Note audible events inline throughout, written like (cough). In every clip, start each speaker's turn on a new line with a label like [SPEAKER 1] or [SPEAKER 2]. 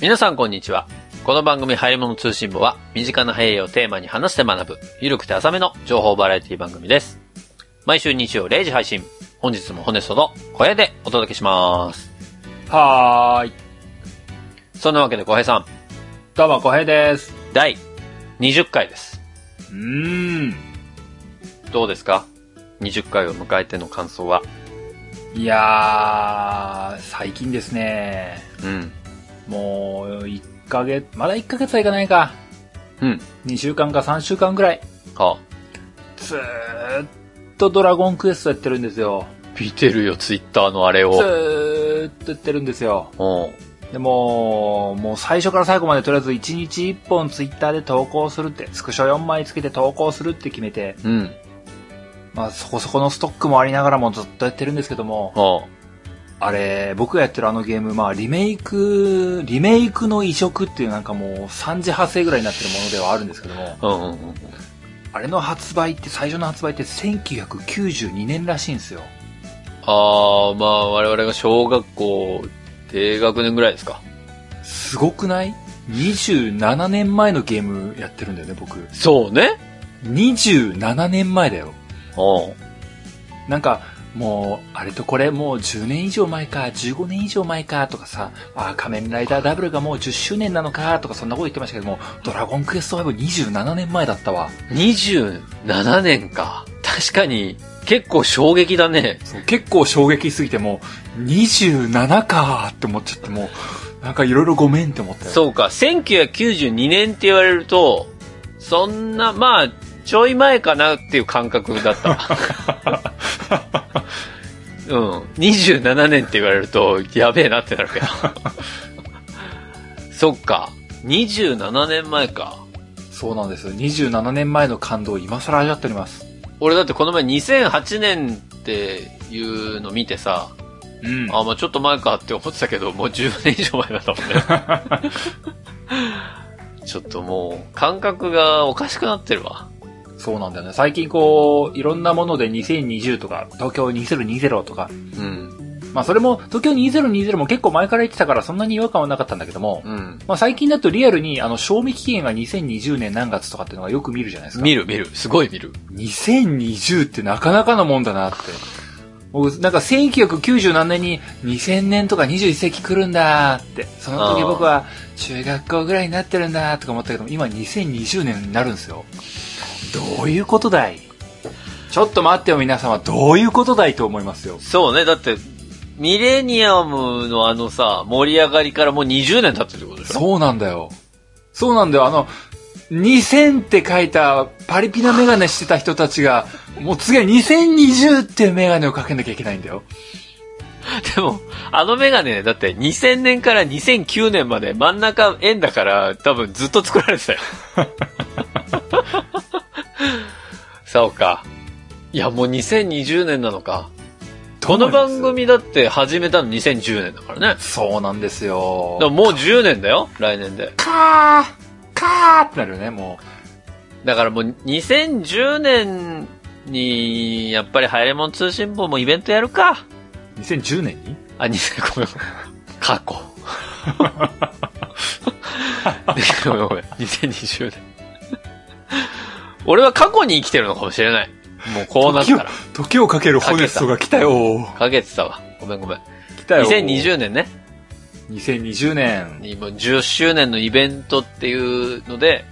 [SPEAKER 1] 皆さんこんにちは。この番組、早いもの通信部は、身近な平野をテーマに話して学ぶ、ゆるくて浅めの情報バラエティ番組です。毎週日曜0時配信、本日も骨その小屋でお届けします。
[SPEAKER 2] はーい。
[SPEAKER 1] そんなわけで小平さん、
[SPEAKER 2] どうも、小平です。
[SPEAKER 1] 第20回です。
[SPEAKER 2] うーん。
[SPEAKER 1] どうですか ?20 回を迎えての感想は。
[SPEAKER 2] いやー、最近ですね。
[SPEAKER 1] うん。
[SPEAKER 2] もう、1ヶ月、まだ1ヶ月はいかないか。
[SPEAKER 1] うん。
[SPEAKER 2] 2週間か3週間ぐらい。
[SPEAKER 1] あ、
[SPEAKER 2] ずーっとドラゴンクエストやってるんですよ。
[SPEAKER 1] 見てるよ、ツイッターのあれ
[SPEAKER 2] ず
[SPEAKER 1] を。
[SPEAKER 2] ーっとやってるんですよ。
[SPEAKER 1] うん。
[SPEAKER 2] でも、もう最初から最後までとりあえず1日1本ツイッターで投稿するって、スクショ4枚つけて投稿するって決めて、
[SPEAKER 1] うん。
[SPEAKER 2] まあそこそこのストックもありながらもずっとやってるんですけども、
[SPEAKER 1] あ
[SPEAKER 2] あれ、僕がやってるあのゲーム、まあ、リメイク、リメイクの移植っていうなんかもう3次派生ぐらいになってるものではあるんですけども、
[SPEAKER 1] うんうんうん。
[SPEAKER 2] あれの発売って、最初の発売って1992年らしいんですよ。
[SPEAKER 1] ああ、まあ我々が小学校低学年ぐらいですか。
[SPEAKER 2] すごくない ?27 年前のゲームやってるんだよね、僕。
[SPEAKER 1] そうね。
[SPEAKER 2] 27年前だよ。
[SPEAKER 1] うん。
[SPEAKER 2] なんか、もう、あれとこれ、もう10年以上前か、15年以上前か、とかさ、あ、仮面ライダーダブルがもう10周年なのか、とかそんなこと言ってましたけども、ドラゴンクエスト527年前だったわ。
[SPEAKER 1] 27年か。確かに、結構衝撃だね。
[SPEAKER 2] そう結構衝撃すぎてもう27かーって思っちゃってもうなんかいろいろごめんって思ったよ
[SPEAKER 1] そうか、1992年って言われると、そんな、まあ、ちょい前かなっていう感覚だった。うん。27年って言われると、やべえなってなるけど。そっか。27年前か。
[SPEAKER 2] そうなんです27年前の感動を今更味わっております
[SPEAKER 1] 俺だってこの前2008年っていうの見てさ、
[SPEAKER 2] うん
[SPEAKER 1] あ、まあちょっと前かって思ってたけど、もう10年以上前だったもんね。 (laughs) ちょっともう、感覚がおかしくなってるわ。
[SPEAKER 2] そうなんだよね最近こういろんなもので2020とか東京2020とか
[SPEAKER 1] うん。
[SPEAKER 2] まあそれも東京2020も結構前から言ってたからそんなに違和感はなかったんだけども
[SPEAKER 1] うん。
[SPEAKER 2] まあ最近だとリアルにあの賞味期限が2020年何月とかっていうのがよく見るじゃないですか
[SPEAKER 1] 見る見る。すごい見る。
[SPEAKER 2] 2020ってなかなかのもんだなって。僕、なんか1990何年に2000年とか21世紀来るんだって。その時
[SPEAKER 1] あー
[SPEAKER 2] 僕は中学校ぐらいになってるんだとか思ったけど、今2020年になるんですよ。どういうことだいちょっと待ってよ皆様、どういうことだいと思いますよ。
[SPEAKER 1] そうね。だって、ミレニアムのあのさ、盛り上がりからもう20年経ってるってことでしょ
[SPEAKER 2] そうなんだよ。そうなんだよ。あの、2000って書いたパリピなメガネしてた人たちが、もう次は2020っていうメガネをかけなきゃいけないんだよ。
[SPEAKER 1] でも、あのメガネ、だって2000年から2009年まで真ん中円だから多分ずっと作られ (laughs) てたよ。そうか。いや、もう2020年なのか。この番組だって始めたの2010年だからね。
[SPEAKER 2] そうなんですよ
[SPEAKER 1] だから。もう10年だよ、来年で。
[SPEAKER 2] カーカーってなるよね、も
[SPEAKER 1] だからもう2010年に、やっぱり流行りもん通信簿もイベントやるか。
[SPEAKER 2] う。2010年に
[SPEAKER 1] あ、2000、ごめん。過去。ごめんごめん。2020年。俺は過去に生きてるのかもしれない。もうこうなったら。
[SPEAKER 2] 時をかける
[SPEAKER 1] ホネスト
[SPEAKER 2] が来たよ。
[SPEAKER 1] かけてたわ。ごめんごめん。
[SPEAKER 2] 来たよ。
[SPEAKER 1] 2020年ね。
[SPEAKER 2] 2020年。
[SPEAKER 1] 今10周年のイベントっていうので、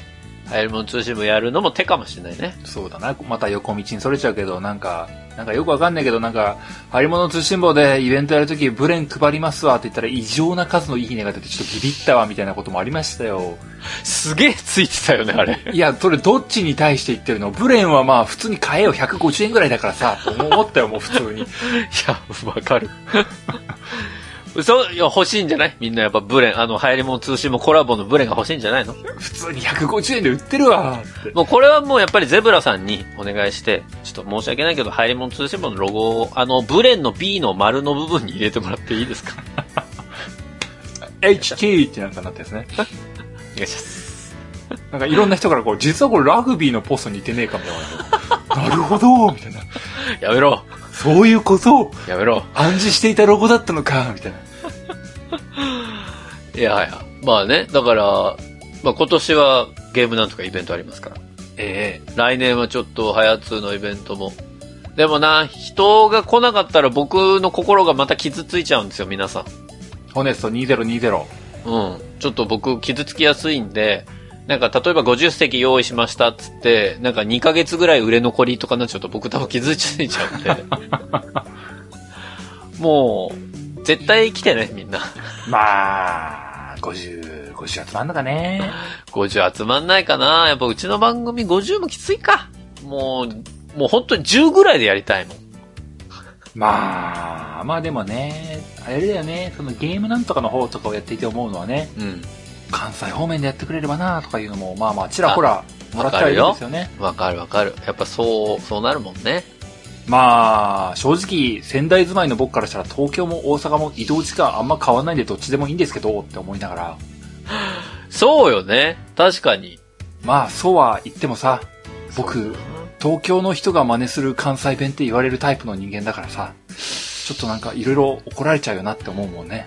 [SPEAKER 1] 流行り物通信部やるのも手かもしれないね。
[SPEAKER 2] そうだな。また横道にそれちゃうけど、なんか、なんかよくわかんないけど、なんか、張り物通信簿でイベントやるときブレン配りますわって言ったら異常な数のいいねが出てちょっとビビったわみたいなこともありましたよ。
[SPEAKER 1] すげえ (laughs) ついてたよね、あれ。
[SPEAKER 2] いや、それどっちに対して言ってるのブレンはまあ普通に買えよ150円ぐらいだからさ、と思ったよもう普通に。
[SPEAKER 1] いや、わかる。 (laughs) そう、いや、欲しいんじゃないみんなやっぱブレン、あの、流行り物通信もコラボのブレンが欲しいんじゃないの
[SPEAKER 2] 普通に150円で売ってるわって。
[SPEAKER 1] もうこれはもうやっぱりゼブラさんにお願いして、ちょっと申し訳ないけど、流行り物通信簿のロゴを、あの、ブレンの B の丸の部分に入れてもらっていいですか (laughs)
[SPEAKER 2] HT ってなんかなったですね。
[SPEAKER 1] お願いします。
[SPEAKER 2] なんかいろんな人からこう、実はこれラグビーのポストに似てねえかみ (laughs) たいな。なるほどみたいな。
[SPEAKER 1] やめろ
[SPEAKER 2] そういうこと
[SPEAKER 1] やめろ
[SPEAKER 2] 暗示していたロゴだったのかみたいな。
[SPEAKER 1] いやいや、まあね、だから、まあ今年はゲームなんとかイベントありますから。
[SPEAKER 2] ええ
[SPEAKER 1] 来年はちょっと、ハヤツーのイベントも。でもな、人が来なかったら僕の心がまた傷ついちゃうんですよ、皆さん。
[SPEAKER 2] ホネスト2020。
[SPEAKER 1] うん。ちょっと僕、傷つきやすいんで、なんか、例えば50席用意しましたっつって、なんか2ヶ月ぐらい売れ残りとかになっちゃうと僕多分傷ついちゃうんで。もう、絶対来てね、みんな。
[SPEAKER 2] まあ、50、50集まんのかね。
[SPEAKER 1] 50集まんないかなやっぱうちの番組50もきついか。もう、もう本当に10ぐらいでやりたいもん。
[SPEAKER 2] まあ、まあでもね、あれだよね、そのゲームなんとかの方とかをやっていて思うのはね、
[SPEAKER 1] うん。
[SPEAKER 2] 関西方面でやってくれればなとかいうのも、まあまあ、ちらほら、もらってはいるんですよね。
[SPEAKER 1] わかるわかる。やっぱそう、そうなるもんね。
[SPEAKER 2] まあ、正直、仙台住まいの僕からしたら、東京も大阪も移動時間あんま変わんないんで、どっちでもいいんですけど、って思いながら、
[SPEAKER 1] そうよね。確かに。
[SPEAKER 2] まあ、そうは言ってもさ、僕、東京の人が真似する関西弁って言われるタイプの人間だからさ、ちょっとなんかいろいろ怒られちゃうよなって思うもんね。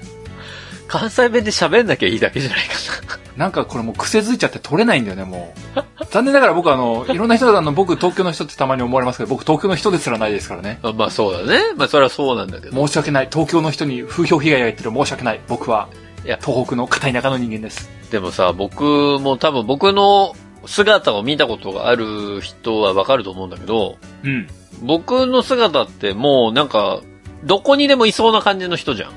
[SPEAKER 1] 関西弁で喋んなきゃいいだけじゃないかな。
[SPEAKER 2] なんかこれもう癖づいちゃって取れないんだよね、もう。残念ながら僕あの、いろんな人があの、僕東京の人ってたまに思われますけど、僕東京の人ですらないですからね。
[SPEAKER 1] あ (laughs) まあそうだね。まあそれはそうなんだけど。
[SPEAKER 2] 申し訳ない。東京の人に風評被害が言ってる申し訳ない。僕は、
[SPEAKER 1] いや
[SPEAKER 2] 東北の片田舎の人間です。
[SPEAKER 1] でもさ、僕も多分僕の姿を見たことがある人はわかると思うんだけど、
[SPEAKER 2] うん。
[SPEAKER 1] 僕の姿ってもうなんか、どこにでもいそうな感じの人じゃん。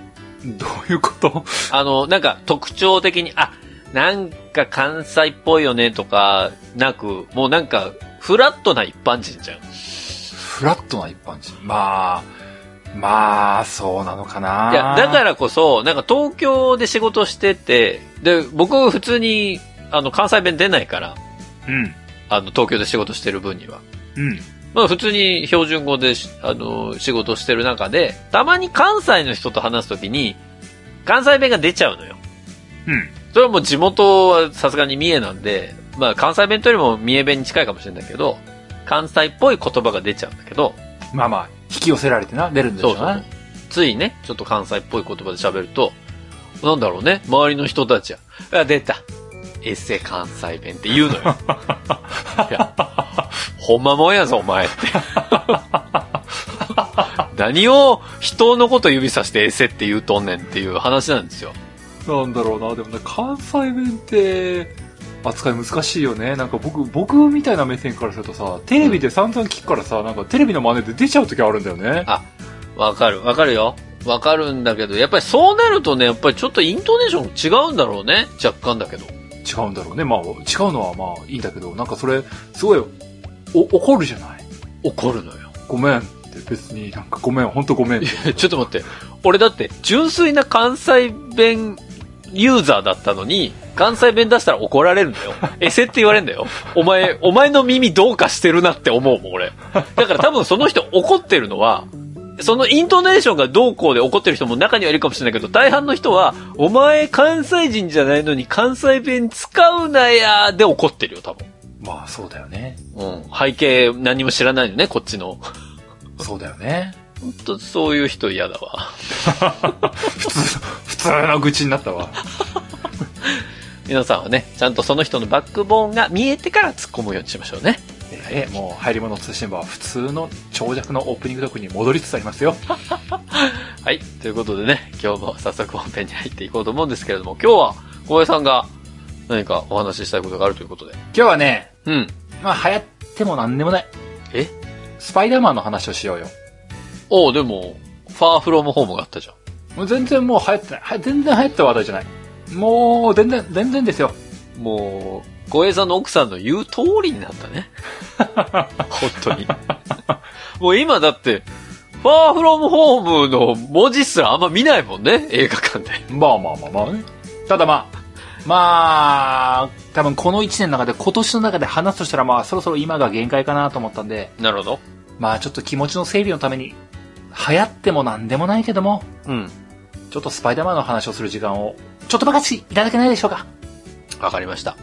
[SPEAKER 2] どういうこと
[SPEAKER 1] あの、なんか特徴的に、あ、なんか関西っぽいよねとか、なく、もうなんか、フラットな一般人じゃん。
[SPEAKER 2] フラットな一般人。まあ、まあ、そうなのかな。、
[SPEAKER 1] いや、だかららこそ、なんか東京で仕事してて、で、僕普通に、あの、関西弁出ないから、
[SPEAKER 2] うん。
[SPEAKER 1] あの、東京で仕事してる分には。
[SPEAKER 2] うん。
[SPEAKER 1] まあ普通に標準語でし、あの、仕事してる中で、たまに関西の人と話すときに、関西弁が出ちゃうのよ。
[SPEAKER 2] うん。
[SPEAKER 1] それはもう地元はさすがに三重なんで、まあ関西弁というよりも三重弁に近いかもしれないけど、関西っぽい言葉が出ちゃうんだけど、
[SPEAKER 2] まあまあ、引き寄せられてな、出るんでし
[SPEAKER 1] そ
[SPEAKER 2] ょ
[SPEAKER 1] ううそう
[SPEAKER 2] な。
[SPEAKER 1] ついね、ちょっと関西っぽい言葉で喋ると、なんだろうね、周りの人たちは、あ、出た。エッセ関西弁って (laughs) 言うのよ。いや、ほんまもんやぞ、お (laughs) 前って。何を人のこと指さしてエッセって言うとんねんっていう話なんですよ。
[SPEAKER 2] なんだろうな、でもね、関西弁って、扱い難しいよね。なんか僕、僕みたいな目線からするとさ、テレビで散々聞くからさ、なんかテレビの真似で出ちゃう時あるんだよね。
[SPEAKER 1] あ、わかる、わかるよ。わかるんだけど、やっぱりそうなるとね、やっぱりちょっとイントネーション違うんだろうね。若干だけど。
[SPEAKER 2] 違うんだろうね。まあ、違うのはまあいいんだけど、なんかそれ、すごい、お、怒るじゃない
[SPEAKER 1] 怒るのよ。
[SPEAKER 2] ごめんって別になんかごめん、ほんとごめんって。
[SPEAKER 1] (laughs) ちょっと待って。俺だって、純粋な関西弁ユーザーだったのに、関西弁出したら怒られるんだよ。エセって言われるんだよ。お前、お前の耳どうかしてるなって思うもん、俺。だから多分その人怒ってるのは、そのイントネーションがどうこうで怒ってる人も中にはいるかもしれないけど、大半の人は、お前関西人じゃないのに関西弁使うなやで怒ってるよ、多分。
[SPEAKER 2] まあそうだよね。
[SPEAKER 1] うん。背景何も知らないのね、こっちの。
[SPEAKER 2] そうだよね。
[SPEAKER 1] ほんとそういう人嫌だわ。
[SPEAKER 2] 普通、 (laughs) 普通の愚痴になったわ。
[SPEAKER 1] 皆さんはね、ちゃんとその人のバックボーンが見えてから突っ込むようにしましょうね。
[SPEAKER 2] ええ、もう入り物通信部は普通の長尺のオープニングトークに戻りつつありますよ。
[SPEAKER 1] はい。ということでね、今日も早速本編に入っていこうと思うんですけれども、今日は、小江さんが何かお話ししたいことがあるということで。
[SPEAKER 2] 今日はね、
[SPEAKER 1] うん。
[SPEAKER 2] まあ流行ってもなんでもない。
[SPEAKER 1] え
[SPEAKER 2] スパイダーマンの話をしようよ。
[SPEAKER 1] おう、でも、ファーフロムホームがあったじゃん。
[SPEAKER 2] もう全然もう流行ってない。は全然流行った話題じゃない。もう、全然、全然ですよ。
[SPEAKER 1] もう、小江さんの奥さんの言う通りになった (laughs) ね。本当に。もう今だって、ファーフロムホームの文字すらあんま見ないもんね、映画館で。
[SPEAKER 2] まあまあまあまあね。ただまあ、まあ、多分この1年の中で今年の中で話すとしたらまあそろそろ今が限界かなと思ったんで、
[SPEAKER 1] なるほど。
[SPEAKER 2] まあちょっと気持ちの整理のために、流行ってもなんでもないけども、
[SPEAKER 1] うん。
[SPEAKER 2] ちょっとスパイダーマンの話をする時間を、ちょっとばかしいただけないでしょうか。
[SPEAKER 1] わかりました。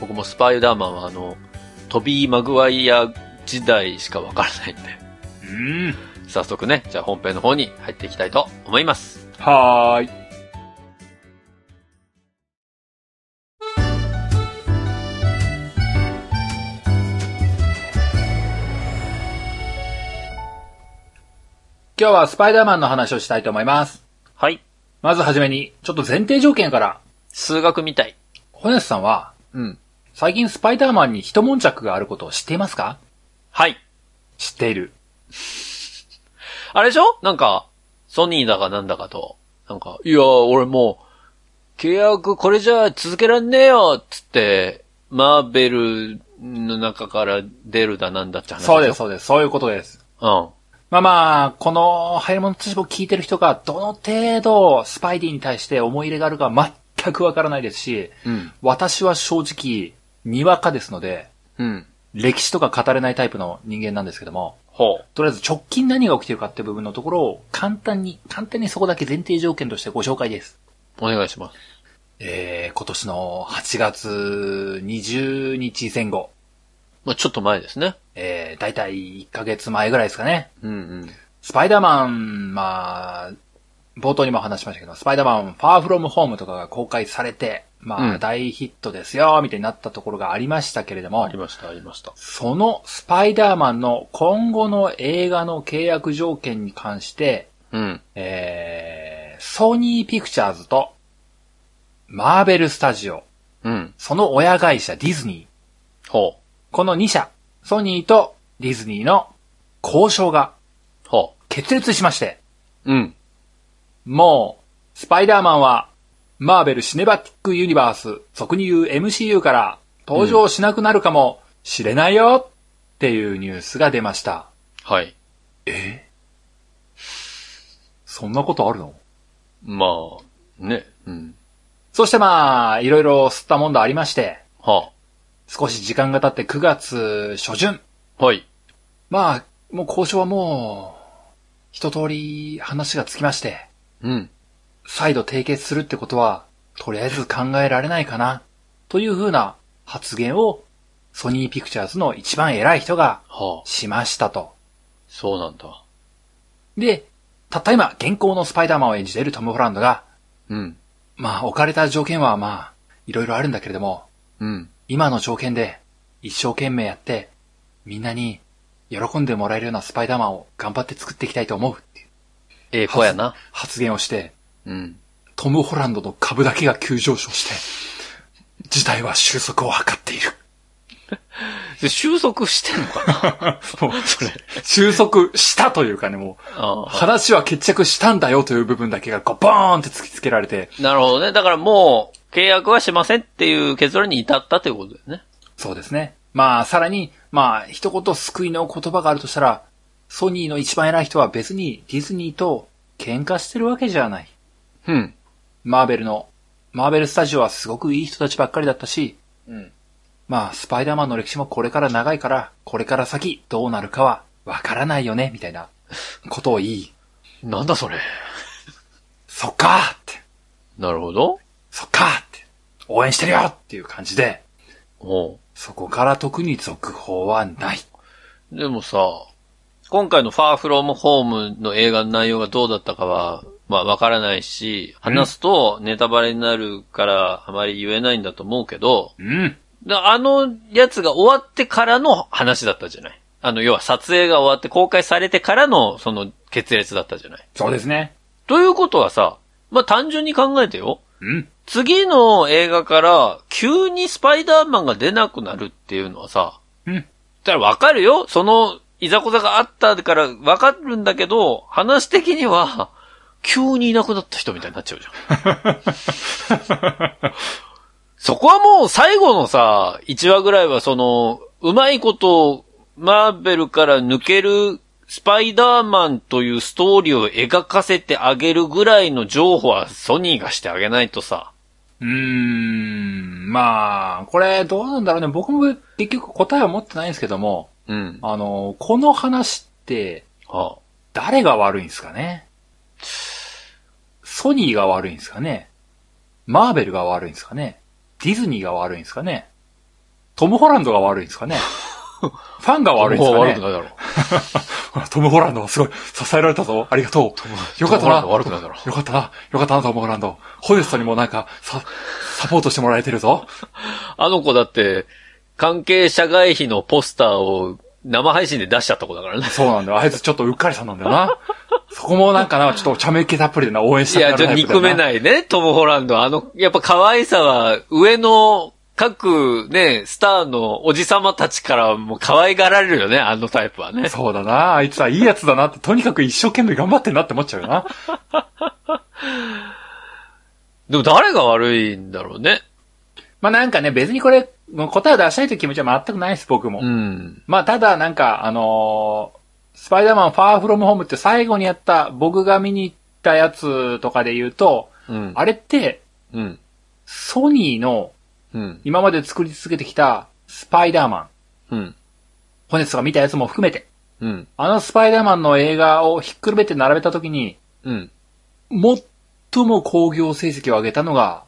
[SPEAKER 1] 僕もスパイダーマンはあの、トビー・マグワイア時代しかわからないんで、 (laughs)
[SPEAKER 2] うん。
[SPEAKER 1] 早速ね、じゃあ本編の方に入っていきたいと思います。
[SPEAKER 2] はーい。今日はスパイダーマンの話をしたいと思います。
[SPEAKER 1] はい。
[SPEAKER 2] まずはじめに、ちょっと前提条件から、
[SPEAKER 1] 数学みたい。
[SPEAKER 2] ホネスさんは、
[SPEAKER 1] うん。
[SPEAKER 2] 最近スパイダーマンに一悶着があることを知っていますか
[SPEAKER 1] はい。
[SPEAKER 2] 知っている。
[SPEAKER 1] あれでしょなんか、ソニーだかなんだかと、なんか、いやー、俺もう、契約これじゃ続けらんねえよっつって、マーベルの中から出るだなんだって話
[SPEAKER 2] そうです、
[SPEAKER 1] す。
[SPEAKER 2] そうです、そういうことです。
[SPEAKER 1] うん。
[SPEAKER 2] まあまあ、この、ハイモンツシを聞いてる人が、どの程度、スパイディに対して思い入れがあるか全くわからないですし、
[SPEAKER 1] うん。
[SPEAKER 2] 私は正直、にわかですので、
[SPEAKER 1] うん。
[SPEAKER 2] 歴史とか語れないタイプの人間なんですけども、
[SPEAKER 1] ほ
[SPEAKER 2] とりあえず直近何が起きてるかって部分のところを、簡単に、簡単にそこだけ前提条件としてご紹介です。
[SPEAKER 1] う。お願いします。
[SPEAKER 2] えー、今年の8月20日前後、
[SPEAKER 1] まあちょっと前ですね。
[SPEAKER 2] えー、だいたい1ヶ月前ぐらいですかね、
[SPEAKER 1] うんうん。
[SPEAKER 2] スパイダーマン、まあ、冒頭にも話しましたけど、スパイダーマン、ファーフロムホームとかが公開されて、ま
[SPEAKER 1] う
[SPEAKER 2] あ、
[SPEAKER 1] ん
[SPEAKER 2] 大ヒットですよ、みたいになったところがありましたけれども、
[SPEAKER 1] ありました、ありました。
[SPEAKER 2] そのスパイダーマンの今後の映画の契約条件に関して、
[SPEAKER 1] うん。
[SPEAKER 2] えー、ソニーピクチャーズと、マーベルスタジオ、
[SPEAKER 1] うん。
[SPEAKER 2] その親会社ディズニー、
[SPEAKER 1] ほ
[SPEAKER 2] この2社、ソニーとディズニーの交渉が
[SPEAKER 1] う。ほ
[SPEAKER 2] 決裂しまして、
[SPEAKER 1] う。うん。
[SPEAKER 2] もう、スパイダーマンは、マーベル・シネバティック・ユニバース、俗に言う MCU から登場しなくなるかもしれないよっていうニュースが出ました。
[SPEAKER 1] はい。
[SPEAKER 2] えそんなことあるの
[SPEAKER 1] まあ、ね。うん。
[SPEAKER 2] そしてまあ、いろいろ吸ったもんだありまして、
[SPEAKER 1] は
[SPEAKER 2] 少し時間が経って9月初旬。
[SPEAKER 1] あ。はい。
[SPEAKER 2] まあ、もう交渉はもう、一通り話がつきまして、
[SPEAKER 1] うん。
[SPEAKER 2] 再度締結するってことは、とりあえず考えられないかな、というふうな発言を、ソニーピクチャーズの一番偉い人が
[SPEAKER 1] はあ。
[SPEAKER 2] しましたと。
[SPEAKER 1] そうなんだ。
[SPEAKER 2] で、たった今、現行のスパイダーマンを演じているトム・ホランドが、
[SPEAKER 1] うん。
[SPEAKER 2] まあ、置かれた条件はまあ、いろいろあるんだけれども、
[SPEAKER 1] うん。
[SPEAKER 2] 今の条件で、一生懸命やって、みんなに、喜んでもらえるようなスパイダーマンを頑張って作っていきたいと思うっていう
[SPEAKER 1] ええ子やな。
[SPEAKER 2] 発言をして、
[SPEAKER 1] うん。
[SPEAKER 2] トム・ホランドの株だけが急上昇して、事態は収束を図っている。
[SPEAKER 1] で収束してんのかな
[SPEAKER 2] (laughs) もう
[SPEAKER 1] それ。
[SPEAKER 2] 収束したというかね、も
[SPEAKER 1] (laughs)
[SPEAKER 2] う、
[SPEAKER 1] ああ
[SPEAKER 2] 話は決着したんだよという部分だけがこう、ボーンって突きつけられて、
[SPEAKER 1] なるほどね。だからもう、契約はしませんっていう結論に至ったということだよね。
[SPEAKER 2] そうですね。まあ、さらに、まあ、一言救いの言葉があるとしたら、ソニーの一番偉い人は別にディズニーと喧嘩してるわけじゃない。
[SPEAKER 1] うん。
[SPEAKER 2] マーベルの、マーベルスタジオはすごくいい人たちばっかりだったし、
[SPEAKER 1] うん。
[SPEAKER 2] まあ、スパイダーマンの歴史もこれから長いから、これから先どうなるかはわからないよね、みたいなことを言い、
[SPEAKER 1] なんだそれ。
[SPEAKER 2] そっかーって、
[SPEAKER 1] なるほど。
[SPEAKER 2] そっかーって、応援してるよっていう感じで、
[SPEAKER 1] お
[SPEAKER 2] そこから特に続報はない。
[SPEAKER 1] うでもさ、今回のファーフロムホームの映画の内容がどうだったかは、まあわからないし、話すとネタバレになるからあまり言えないんだと思うけど、
[SPEAKER 2] うん。
[SPEAKER 1] だあのやつが終わってからの話だったじゃない。あの、要は撮影が終わって公開されてからの、その、決裂だったじゃない。
[SPEAKER 2] そうですね。
[SPEAKER 1] ということはさ、まあ、単純に考えてよ。
[SPEAKER 2] うん。
[SPEAKER 1] 次の映画から、急にスパイダーマンが出なくなるっていうのはさ、
[SPEAKER 2] うん。
[SPEAKER 1] だからわかるよ。その、いざこざがあったからわかるんだけど、話的には、急にいなくなった人みたいになっちゃうじゃん。
[SPEAKER 2] (laughs)
[SPEAKER 1] そこはもう最後のさ、1話ぐらいはその、うまいこと、マーベルから抜けるスパイダーマンというストーリーを描かせてあげるぐらいの譲歩はソニーがしてあげないとさ。
[SPEAKER 2] うーん。まあ、これどうなんだろうね。僕も結局答えは持ってないんですけども、
[SPEAKER 1] うん。
[SPEAKER 2] あの、この話って
[SPEAKER 1] はあ、
[SPEAKER 2] 誰が悪いんですかねソニーが悪いんですかねマーベルが悪いんですかねディズニーが悪いんですかねトム・ホランドが悪いんです
[SPEAKER 1] (laughs)
[SPEAKER 2] かねファンが悪いんですかね
[SPEAKER 1] 悪くないだろ。
[SPEAKER 2] ほらトム・ホランド、すごい、支えられたぞ。ありがと (laughs) う。よかっ
[SPEAKER 1] トムホ
[SPEAKER 2] たな。
[SPEAKER 1] ランド悪くないだろ
[SPEAKER 2] よかったな。よかったな、トム・ホランド。ホネストにもなんか、サ、サポートしてもらえてるぞ。
[SPEAKER 1] あの子だって、関係者外費のポスターを生配信で出しちゃった子だからね。
[SPEAKER 2] そうなんだよ。あいつちょっとうっかりさんなんだよな。そこもなんかな、ちょっとお茶目っ気たっぷりでな、応援し
[SPEAKER 1] い
[SPEAKER 2] た
[SPEAKER 1] や、ちょっと憎め
[SPEAKER 2] い。
[SPEAKER 1] ないね、トム・ホランド。あの、やっぱ可愛さは、上の各ね、スターのおじさまたちからも可愛がられるよね、あのタイプはね。
[SPEAKER 2] そうだな。あいつはいいやつだなって、とにかく一生懸命頑張ってんなって思っちゃうよな。
[SPEAKER 1] でも誰が悪いんだろうね。
[SPEAKER 2] まあなんかね、別にこれ、答えを出したいという気持ちは全くないです、僕も。
[SPEAKER 1] うん。
[SPEAKER 2] まあただなんか、あのースパイダーマンファーフロムホームって最後にやった、僕が見に行ったやつとかで言うと、
[SPEAKER 1] うん。
[SPEAKER 2] あれって、
[SPEAKER 1] うん。
[SPEAKER 2] ソニーの
[SPEAKER 1] うん。
[SPEAKER 2] 今まで作り続けてきたスパイダーマン、
[SPEAKER 1] うん。
[SPEAKER 2] ホネスが見たやつも含めて、
[SPEAKER 1] うん。
[SPEAKER 2] あのスパイダーマンの映画をひっくるめて並べたときに、
[SPEAKER 1] うん。
[SPEAKER 2] 最も興行成績を上げたのが、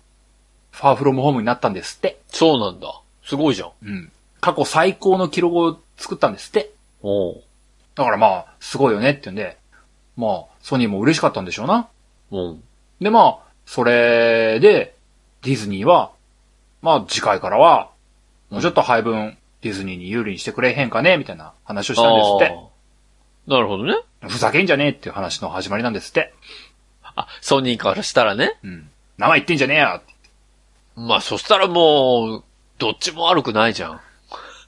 [SPEAKER 2] ファーフロムホームになったんですって。
[SPEAKER 1] そうなんだ。すごいじゃん。
[SPEAKER 2] うん。過去最高の記録を作ったんですって。
[SPEAKER 1] おう。
[SPEAKER 2] だからまあ、すごいよねって言うんで、まあ、ソニーも嬉しかったんでしょうな。
[SPEAKER 1] うん。
[SPEAKER 2] でまあ、それで、ディズニーは、まあ次回からは、もうちょっと配分、ディズニーに有利にしてくれへんかねみたいな話をしたんですっ
[SPEAKER 1] あーなるほどね。
[SPEAKER 2] て。ふざけんじゃねえっていう話の始まりなんですって。
[SPEAKER 1] あ、ソニーからしたらね。
[SPEAKER 2] うん。名前言ってんじゃねえや
[SPEAKER 1] まあ、そしたらもう、どっちも悪くないじゃん。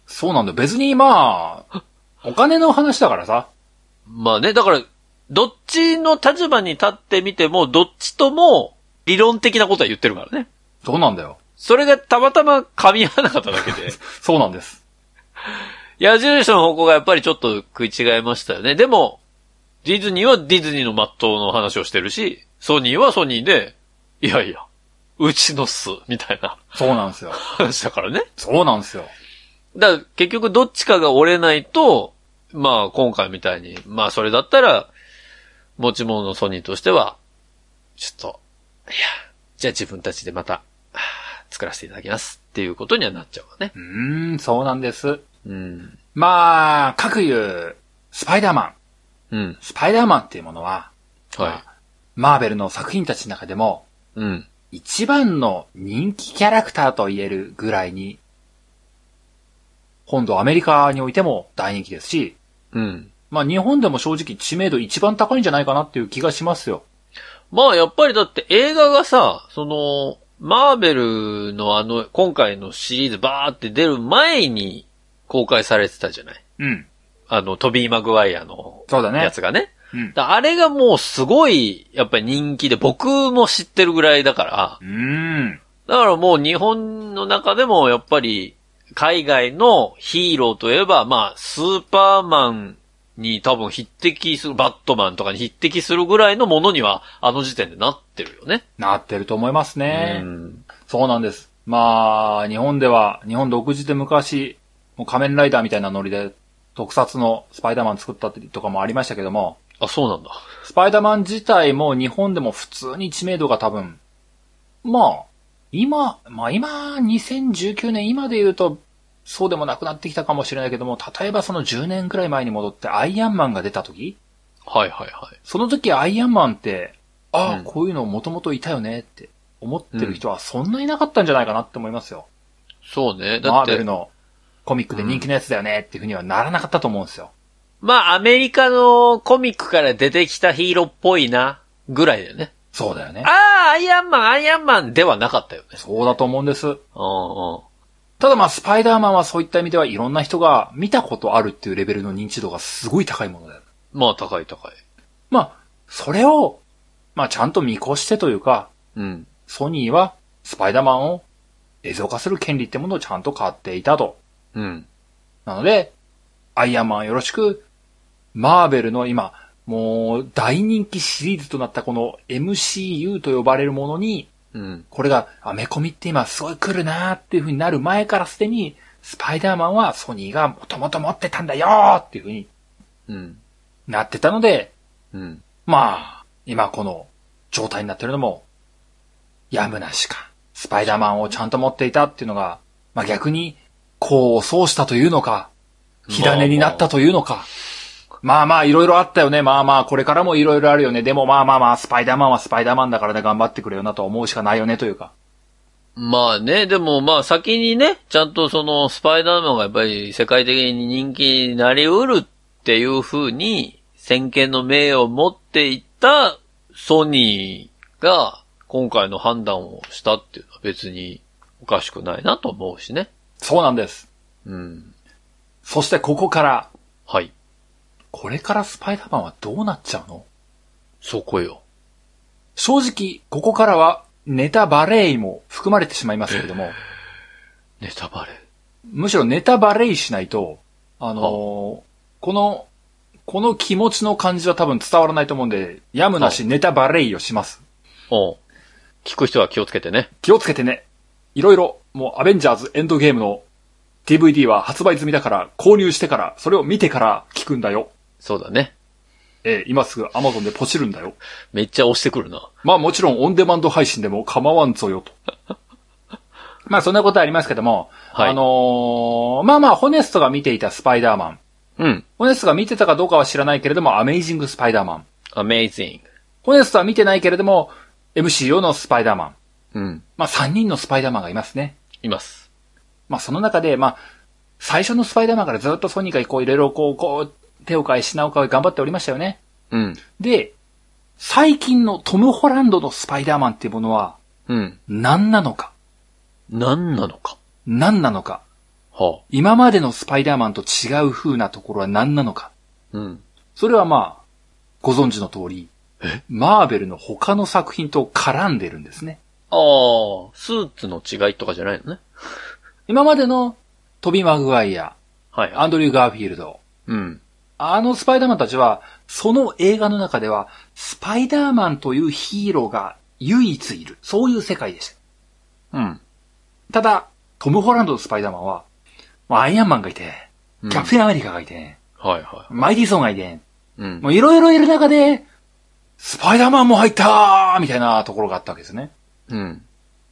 [SPEAKER 2] そうなんだよ。別にまあ、お金の話だからさ。
[SPEAKER 1] まあね、だから、どっちの立場に立ってみても、どっちとも、理論的なことは言ってるからね。
[SPEAKER 2] そうなんだよ。
[SPEAKER 1] それがたまたま噛み合わなかっただけで。
[SPEAKER 2] そうなんです。
[SPEAKER 1] 矢印の方向がやっぱりちょっと食い違いましたよね。でも、ディズニーはディズニーの真っ当の話をしてるし、ソニーはソニーで、いやいや、うちのっす、みたいな
[SPEAKER 2] そうなんですよ。
[SPEAKER 1] 話だからね。
[SPEAKER 2] そうなんですよ。
[SPEAKER 1] だから結局どっちかが折れないと、まあ今回みたいに、まあそれだったら、持ち物のソニーとしては、ちょっと、いや、じゃあ自分たちでまた、はあ作らせていただきますっていうことにはなっちゃうわね
[SPEAKER 2] う。ーん、そうなんです。
[SPEAKER 1] うん。
[SPEAKER 2] まあ、各言う、スパイダーマン。
[SPEAKER 1] うん。
[SPEAKER 2] スパイダーマンっていうものは、
[SPEAKER 1] は
[SPEAKER 2] マーベルの作品たちの中でも、
[SPEAKER 1] い。うん。
[SPEAKER 2] 一番の人気キャラクターと言えるぐらいに、今度アメリカにおいても大人気ですし、
[SPEAKER 1] うん。
[SPEAKER 2] まあ日本でも正直知名度一番高いんじゃないかなっていう気がしますよ。
[SPEAKER 1] まあやっぱりだって映画がさ、その、マーベルのあの、今回のシリーズバーって出る前に公開されてたじゃない
[SPEAKER 2] うん。
[SPEAKER 1] あの、トビー・マグワイアの
[SPEAKER 2] そうだね。
[SPEAKER 1] やつがね。
[SPEAKER 2] うん。
[SPEAKER 1] だあれがもうすごい、やっぱり人気で、僕も知ってるぐらいだから、
[SPEAKER 2] うーん。
[SPEAKER 1] だからもう日本の中でもやっぱり、海外のヒーローといえば、まあ、スーパーマンに多分匹敵する、バットマンとかに匹敵するぐらいのものには、あの時点でなってるよね。
[SPEAKER 2] なってると思いますね。
[SPEAKER 1] うん
[SPEAKER 2] そうなんです。まあ、日本では、日本独自で昔、もう仮面ライダーみたいなノリで、特撮のスパイダーマン作ったりとかもありましたけども、
[SPEAKER 1] あ、そうなんだ。
[SPEAKER 2] スパイダーマン自体も日本でも普通に知名度が多分、まあ、今、まあ今、2019年今で言うと、そうでもなくなってきたかもしれないけども、例えばその10年くらい前に戻ってアイアンマンが出た時
[SPEAKER 1] はいはいはい。
[SPEAKER 2] その時アイアンマンって、ああ、
[SPEAKER 1] うん
[SPEAKER 2] こういうのもともといたよねって思ってる人はそんないなかったんじゃないかなって思いますよ。
[SPEAKER 1] そうね。だ
[SPEAKER 2] マ
[SPEAKER 1] っ
[SPEAKER 2] ーベ
[SPEAKER 1] て
[SPEAKER 2] ル、のコミックで人気のやつだよねっていうふうにはならなかったと思うんですよ。
[SPEAKER 1] まあ、アメリカのコミックから出てきたヒーローっぽいな、ぐらいだよね。
[SPEAKER 2] そうだよね。
[SPEAKER 1] ああ、アイアンマン、アイアンマンではなかったよね。
[SPEAKER 2] そうだと思うんです。
[SPEAKER 1] うんうん。
[SPEAKER 2] ただまあ、スパイダーマンはそういった意味ではいろんな人が見たことあるっていうレベルの認知度がすごい高いものだよ。
[SPEAKER 1] まあ、高い高い。
[SPEAKER 2] まあ、それを、まあちゃんと見越してというか、
[SPEAKER 1] うん。
[SPEAKER 2] ソニーはスパイダーマンを映像化する権利ってものをちゃんと買っていたと。
[SPEAKER 1] うん。
[SPEAKER 2] なので、アイアンマンよろしく、マーベルの今、もう大人気シリーズとなったこの MCU と呼ばれるものに、
[SPEAKER 1] うん。
[SPEAKER 2] これがアメコミって今すごい来るなーっていう風になる前からすでに、スパイダーマンはソニーがもともと持ってたんだよーっていう風に
[SPEAKER 1] うん。
[SPEAKER 2] なってたので、
[SPEAKER 1] うん。
[SPEAKER 2] まあ、今この状態になってるのも、やむなしか。スパイダーマンをちゃんと持っていたっていうのが、まあ逆に、功を奏したというのか、火種になったというのか。まあまあ、いろいろあったよね。まあまあ、これからもいろいろあるよね。でもまあまあまあ、スパイダーマンはスパイダーマンだからね、頑張ってくれよなとは思うしかないよねというか。
[SPEAKER 1] まあね、でもまあ先にね、ちゃんとそのスパイダーマンがやっぱり世界的に人気になりうるっていう風に先見の明を持っていったソニーが今回の判断をしたっていうのは別におかしくないなと思うしね。
[SPEAKER 2] そうなんです。
[SPEAKER 1] うん。
[SPEAKER 2] そしてここから、
[SPEAKER 1] はい。
[SPEAKER 2] これからスパイダーマンはどうなっちゃうの
[SPEAKER 1] そこよ。
[SPEAKER 2] 正直、ここからは、ネタバレイも含まれてしまいますけれども、
[SPEAKER 1] ネタバレ。
[SPEAKER 2] むしろネタバレイしないと、あのーこの、この気持ちの感じは多分伝わらないと思うんで、やむなしネタバレイをします。
[SPEAKER 1] おう聞く人は気をつけてね。
[SPEAKER 2] 気をつけてね。いろいろ、もうアベンジャーズエンドゲームの DVD は発売済みだから、購入してから、それを見てから聞くんだよ。
[SPEAKER 1] そうだね。
[SPEAKER 2] えー今すぐ Amazon でポチるんだよ。
[SPEAKER 1] めっちゃ押してくるな。
[SPEAKER 2] まあもちろんオンデマンド配信でも構わんぞよと。 (laughs) まあそんなことはありますけども、
[SPEAKER 1] はい
[SPEAKER 2] あのーまあまあ、ホネストが見ていたスパイダーマン。
[SPEAKER 1] うん。
[SPEAKER 2] ホネストが見てたかどうかは知らないけれども、アメイジングスパイダーマン。
[SPEAKER 1] Amazing。
[SPEAKER 2] ホネストは見てないけれども、MCU のスパイダーマン。
[SPEAKER 1] うん。
[SPEAKER 2] まあ3人のスパイダーマンがいますね。
[SPEAKER 1] います。
[SPEAKER 2] まあその中で、まあ、最初のスパイダーマンからずっとソニーがこういろいろこう、こう、手を変え品を変え頑張っておりましたよね。
[SPEAKER 1] うん。
[SPEAKER 2] で、最近のトム・ホランドのスパイダーマンっていうものは
[SPEAKER 1] うん。
[SPEAKER 2] 何なのか
[SPEAKER 1] 何なのか。
[SPEAKER 2] 何なのか
[SPEAKER 1] は
[SPEAKER 2] 今までのスパイダーマンと違う風なところは何なのか
[SPEAKER 1] あ。うん。
[SPEAKER 2] それはまあ、ご存知の通り、マーベルの他の作品と絡んでるんですね。
[SPEAKER 1] ああ、スーツの違いとかじゃないのね。
[SPEAKER 2] 今までのトビ・マグワイア、
[SPEAKER 1] はい。
[SPEAKER 2] アンドリュー・ガーフィールド、
[SPEAKER 1] うん。
[SPEAKER 2] あのスパイダーマンたちは、その映画の中では、スパイダーマンというヒーローが唯一いる。そういう世界でした。
[SPEAKER 1] うん。
[SPEAKER 2] ただ、トム・ホランドのスパイダーマンは、まあアイアンマンがいて、
[SPEAKER 1] う
[SPEAKER 2] キ
[SPEAKER 1] ん
[SPEAKER 2] ャプテン・アメリカがいて、
[SPEAKER 1] はいは
[SPEAKER 2] マイティー・ソンがいて、
[SPEAKER 1] い。うん
[SPEAKER 2] も。ういろいろいる中で、スパイダーマンも入ったーみたいなところがあったわけですね。
[SPEAKER 1] うん。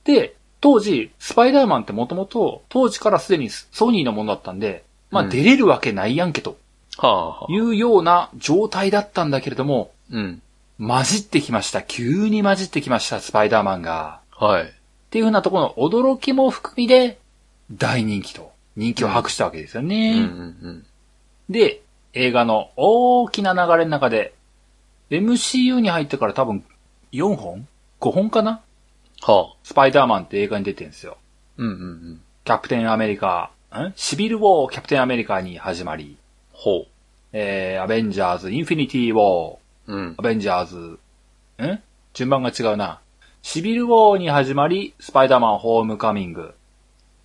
[SPEAKER 2] で、当時、スパイダーマンってもともと、当時からすでにソニーのものだったんで、ま
[SPEAKER 1] う
[SPEAKER 2] あ
[SPEAKER 1] ん
[SPEAKER 2] 出れるわけないやんけと
[SPEAKER 1] はあ、はあ。
[SPEAKER 2] いうような状態だったんだけれども、
[SPEAKER 1] うん。
[SPEAKER 2] 混じってきました。急に混じってきました、スパイダーマンが。
[SPEAKER 1] はい。
[SPEAKER 2] っていうふうなところの驚きも含みで、大人気と、人気を博したわけですよ
[SPEAKER 1] う
[SPEAKER 2] ね。
[SPEAKER 1] んうん
[SPEAKER 2] で、映画の大きな流れの中で、MCU に入ってから多分4本 ?5 本かな
[SPEAKER 1] うん。はあ。
[SPEAKER 2] スパイダーマンって映画に出てるんですよ。
[SPEAKER 1] うんうんうん。
[SPEAKER 2] キャプテンアメリカ、んシビルウォーキャプテンアメリカに始まり、
[SPEAKER 1] ほ
[SPEAKER 2] えー、アベンジャーズ、インフィニティウォー、
[SPEAKER 1] う。うん
[SPEAKER 2] ア。ベンジャーズ、ん順番が違うな。シビルウォーに始まり、スパイダーマンホームカミング。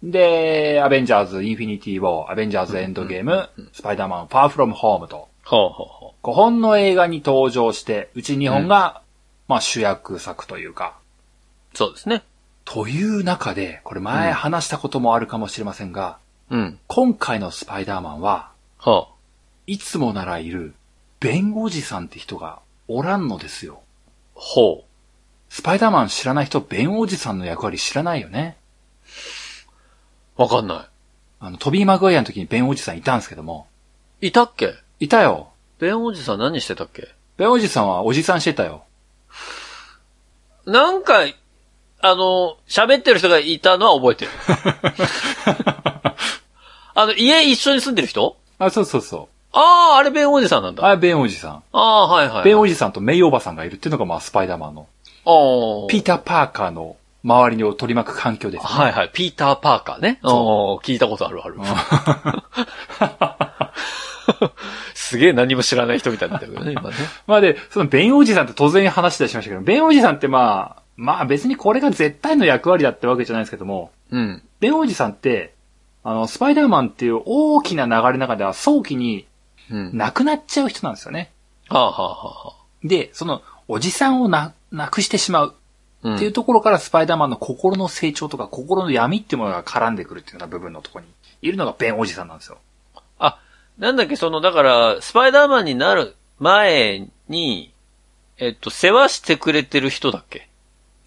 [SPEAKER 2] で、アベンジャーズ、インフィニティウォー、アベンジャーズエンドゲーム、スパイダーマンファーフロムホームと、
[SPEAKER 1] はあはあは
[SPEAKER 2] 5本の映画に登場して、うち2本が、まあ主役作というか、
[SPEAKER 1] あ。そうですね。
[SPEAKER 2] という中で、これ
[SPEAKER 1] う
[SPEAKER 2] 前
[SPEAKER 1] ん
[SPEAKER 2] 話したこともあるかもしれませんが、
[SPEAKER 1] うん。
[SPEAKER 2] 今回のスパイダーマンは、
[SPEAKER 1] はい
[SPEAKER 2] つもならいる、弁護士さんって人がおらんのですよ。
[SPEAKER 1] あ。ほう。
[SPEAKER 2] スパイダーマン知らない人、弁護士さんの役割知らないよね。
[SPEAKER 1] わかんな
[SPEAKER 2] あの、トビー・マグワイアの時に弁護士さんいたんですけども。
[SPEAKER 1] い。いたっけ
[SPEAKER 2] いたよ。
[SPEAKER 1] ベンおじさん何してたっけ
[SPEAKER 2] 弁護士さんはおじさんしてたよ。
[SPEAKER 1] なんか、あの、喋ってる人がいたのは覚えてる。
[SPEAKER 2] (laughs)
[SPEAKER 1] あの、家一緒に住んでる人
[SPEAKER 2] あ、そうそうそ
[SPEAKER 1] ああ、あれ弁おじさんなん
[SPEAKER 2] う。
[SPEAKER 1] だ。あ
[SPEAKER 2] あ、弁護士さん。
[SPEAKER 1] あー、はいはい。
[SPEAKER 2] 弁護士さんとメイおばさんがいるっていうのが、まあ、スパイダーマンの、
[SPEAKER 1] あー
[SPEAKER 2] ピーター・パーカーの周りを取り巻く環境です、ね。
[SPEAKER 1] はいはい。ピーター・パーカーね。おー聞いたことあるある。 (laughs) すげえ何も知らない人みたいになってるけど
[SPEAKER 2] (laughs)
[SPEAKER 1] ね、今ね。
[SPEAKER 2] まあで、その弁護士さんって当然話し出しましたけど、弁護士さんってまあ、まあ別にこれが絶対の役割だってわけじゃないですけども、
[SPEAKER 1] うん。
[SPEAKER 2] 弁護士さんって、あの、スパイダーマンっていう大きな流れの中では早期に
[SPEAKER 1] うん。
[SPEAKER 2] 亡くなっちゃう人なんですよね。
[SPEAKER 1] はあはあは
[SPEAKER 2] で、その、おじさんをな、亡くしてしまう
[SPEAKER 1] あはあ。
[SPEAKER 2] っていう
[SPEAKER 1] う
[SPEAKER 2] ところからスパイダーマンの心の成長とか心の闇っていうものが絡んでくるっていうような部分のところにいるのがベンおじさんなんですよ。
[SPEAKER 1] ん。なんだっけ、その、だから、スパイダーマンになる前に、えっと、世話してくれてる人だっけ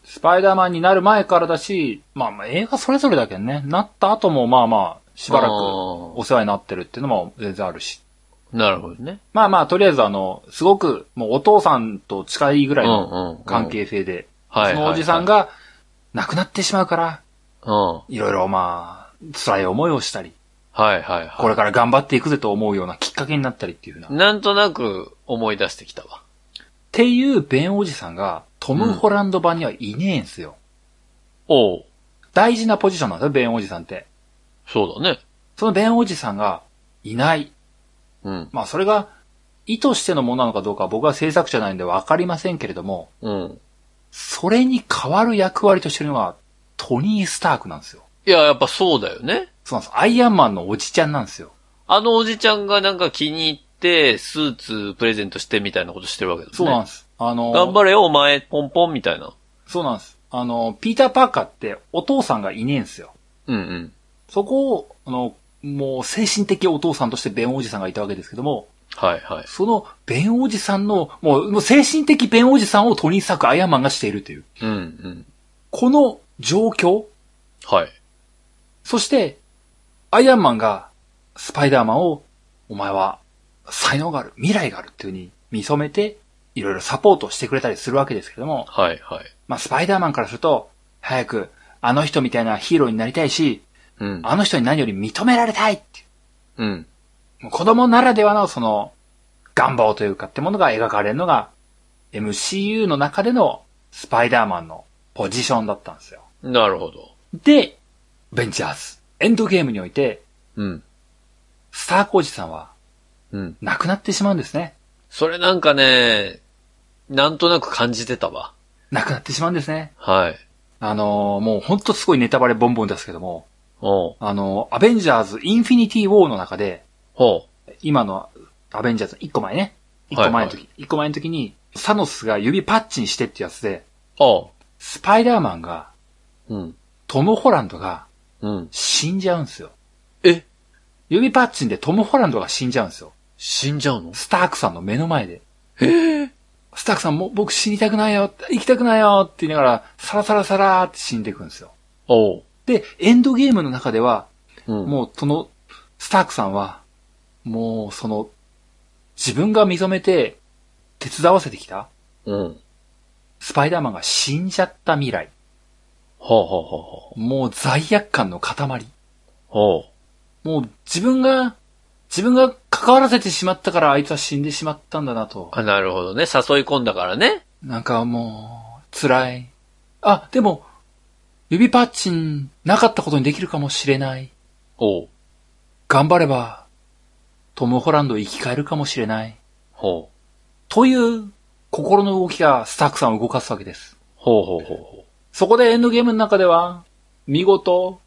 [SPEAKER 2] スパイダーマンになる前からだし、まあまあ映画それぞれだけどね、なった後もまあまあしばらく
[SPEAKER 1] あー
[SPEAKER 2] お世話になってるっていうのも全然あるし。
[SPEAKER 1] なるほどね。
[SPEAKER 2] まあまあとりあえずあの、すごくもうお父さんと近いぐらいの
[SPEAKER 1] うんうんうん
[SPEAKER 2] 関係性で、
[SPEAKER 1] はい。
[SPEAKER 2] そのおじさん
[SPEAKER 1] が、
[SPEAKER 2] が亡くなってしまうから、
[SPEAKER 1] うん。はい
[SPEAKER 2] ろいろまあ、辛い思いをしたり、
[SPEAKER 1] いはいはい。
[SPEAKER 2] これから頑張っていくぜと思うようなきっかけになったりっていうふうな。っ
[SPEAKER 1] なんとなく思い出してきたわ。
[SPEAKER 2] ていうベンおじさんが、トム・ホランド版にはいねえんすよ。
[SPEAKER 1] おう。
[SPEAKER 2] 大事なポジションなんですよ、ベンおじさんって。
[SPEAKER 1] そうだね。
[SPEAKER 2] そのベンおじさんが、いない。
[SPEAKER 1] うん。
[SPEAKER 2] まあ、それが、意図してのものなのかどうかは僕は制作者ないんでわかりませんけれども、
[SPEAKER 1] うん。
[SPEAKER 2] それに代わる役割としてるのは、トニー・スタークなんですよ。
[SPEAKER 1] いや、やっぱそうだよね。
[SPEAKER 2] そうなんです。アイアンマンのおじちゃんなんですよ。
[SPEAKER 1] あのおじちゃんがなんか気に入って、スーツプレゼントしてみたいなことしてるわけだもんね。
[SPEAKER 2] そうなんです。あの、
[SPEAKER 1] 頑張れよ、お前、ポンポンみたいな。
[SPEAKER 2] そうなんです。あの、ピーター・パーカーってお父さんがいねえんですよ。
[SPEAKER 1] うんうん。
[SPEAKER 2] そこを、あの、もう精神的お父さんとしてベンおじさんがいたわけですけども、
[SPEAKER 1] はいはい。
[SPEAKER 2] そのベンおじさんの、もうもう精神的ベンおじさんをトニー・サーク・アイアンマンがしているという。
[SPEAKER 1] うんうん。
[SPEAKER 2] この状況、
[SPEAKER 1] はい。
[SPEAKER 2] そして、アイアンマンがスパイダーマンを、お前は才能がある、未来があるっていう風に見染めて、いろいろサポートしてくれたりするわけですけども、
[SPEAKER 1] はいはい。
[SPEAKER 2] まあ、スパイダーマンからすると、早く、あの人みたいなヒーローになりたいし、
[SPEAKER 1] うん。
[SPEAKER 2] あの人に何より認められたいってい
[SPEAKER 1] うん。
[SPEAKER 2] うもう子供ならではのその、願望というかってものが描かれるのが、MCU の中でのスパイダーマンのポジションだったんですよ。
[SPEAKER 1] なるほど。
[SPEAKER 2] で、ベンジャーズ。エンドゲームにおいて、
[SPEAKER 1] うん。
[SPEAKER 2] スターコージさんは
[SPEAKER 1] うん。
[SPEAKER 2] 亡くなってしまうんですね。
[SPEAKER 1] それなんかね、なんとなく感じてたわ。
[SPEAKER 2] 亡くなってしまうんですね。
[SPEAKER 1] はい。
[SPEAKER 2] あのーもうほんとすごいネタバレボンボンですけども、
[SPEAKER 1] おう
[SPEAKER 2] あのーアベンジャーズインフィニティウォーの中で、
[SPEAKER 1] ほ
[SPEAKER 2] 今のアベンジャーズの1個前ね。1個前の時、
[SPEAKER 1] は
[SPEAKER 2] 1個前の時に、サノスが指パッチンしてってやつで、
[SPEAKER 1] う。お
[SPEAKER 2] スパイダーマンが、
[SPEAKER 1] う。うん。
[SPEAKER 2] トム・ホランドが
[SPEAKER 1] うん。
[SPEAKER 2] 死んじゃうんですよ。
[SPEAKER 1] え
[SPEAKER 2] 指パッチンでトム・ホランドが死んじゃうんですよ。
[SPEAKER 1] 死んじゃうの
[SPEAKER 2] スタークさんの目の前で。
[SPEAKER 1] ええ。
[SPEAKER 2] スタークさんもう僕死にたくないよ、生きたくないよって言いながら、サラサラサラーって死んでいくんですよ。
[SPEAKER 1] おう。
[SPEAKER 2] で、エンドゲームの中では、
[SPEAKER 1] うん。
[SPEAKER 2] もうその、スタークさんは、もうその、自分が認めて、手伝わせてきた
[SPEAKER 1] うん。
[SPEAKER 2] スパイダーマンが死んじゃった未来。
[SPEAKER 1] ほうほうほうほう。
[SPEAKER 2] もう罪悪感の塊。
[SPEAKER 1] ほう。
[SPEAKER 2] もう自分が、自分が関わらせてしまったからあいつは死んでしまったんだなと。
[SPEAKER 1] あ、なるほどね。誘い込んだからね。
[SPEAKER 2] なんかもう、辛い。あ、でも、指パッチンなかったことにできるかもしれない。
[SPEAKER 1] おう。
[SPEAKER 2] 頑張れば、トム・ホランドを生き返るかもしれない。
[SPEAKER 1] ほう。
[SPEAKER 2] という心の動きがスタックさんを動かすわけです。
[SPEAKER 1] ほうほうほうほ
[SPEAKER 2] そこでエンドゲームの中では、見事、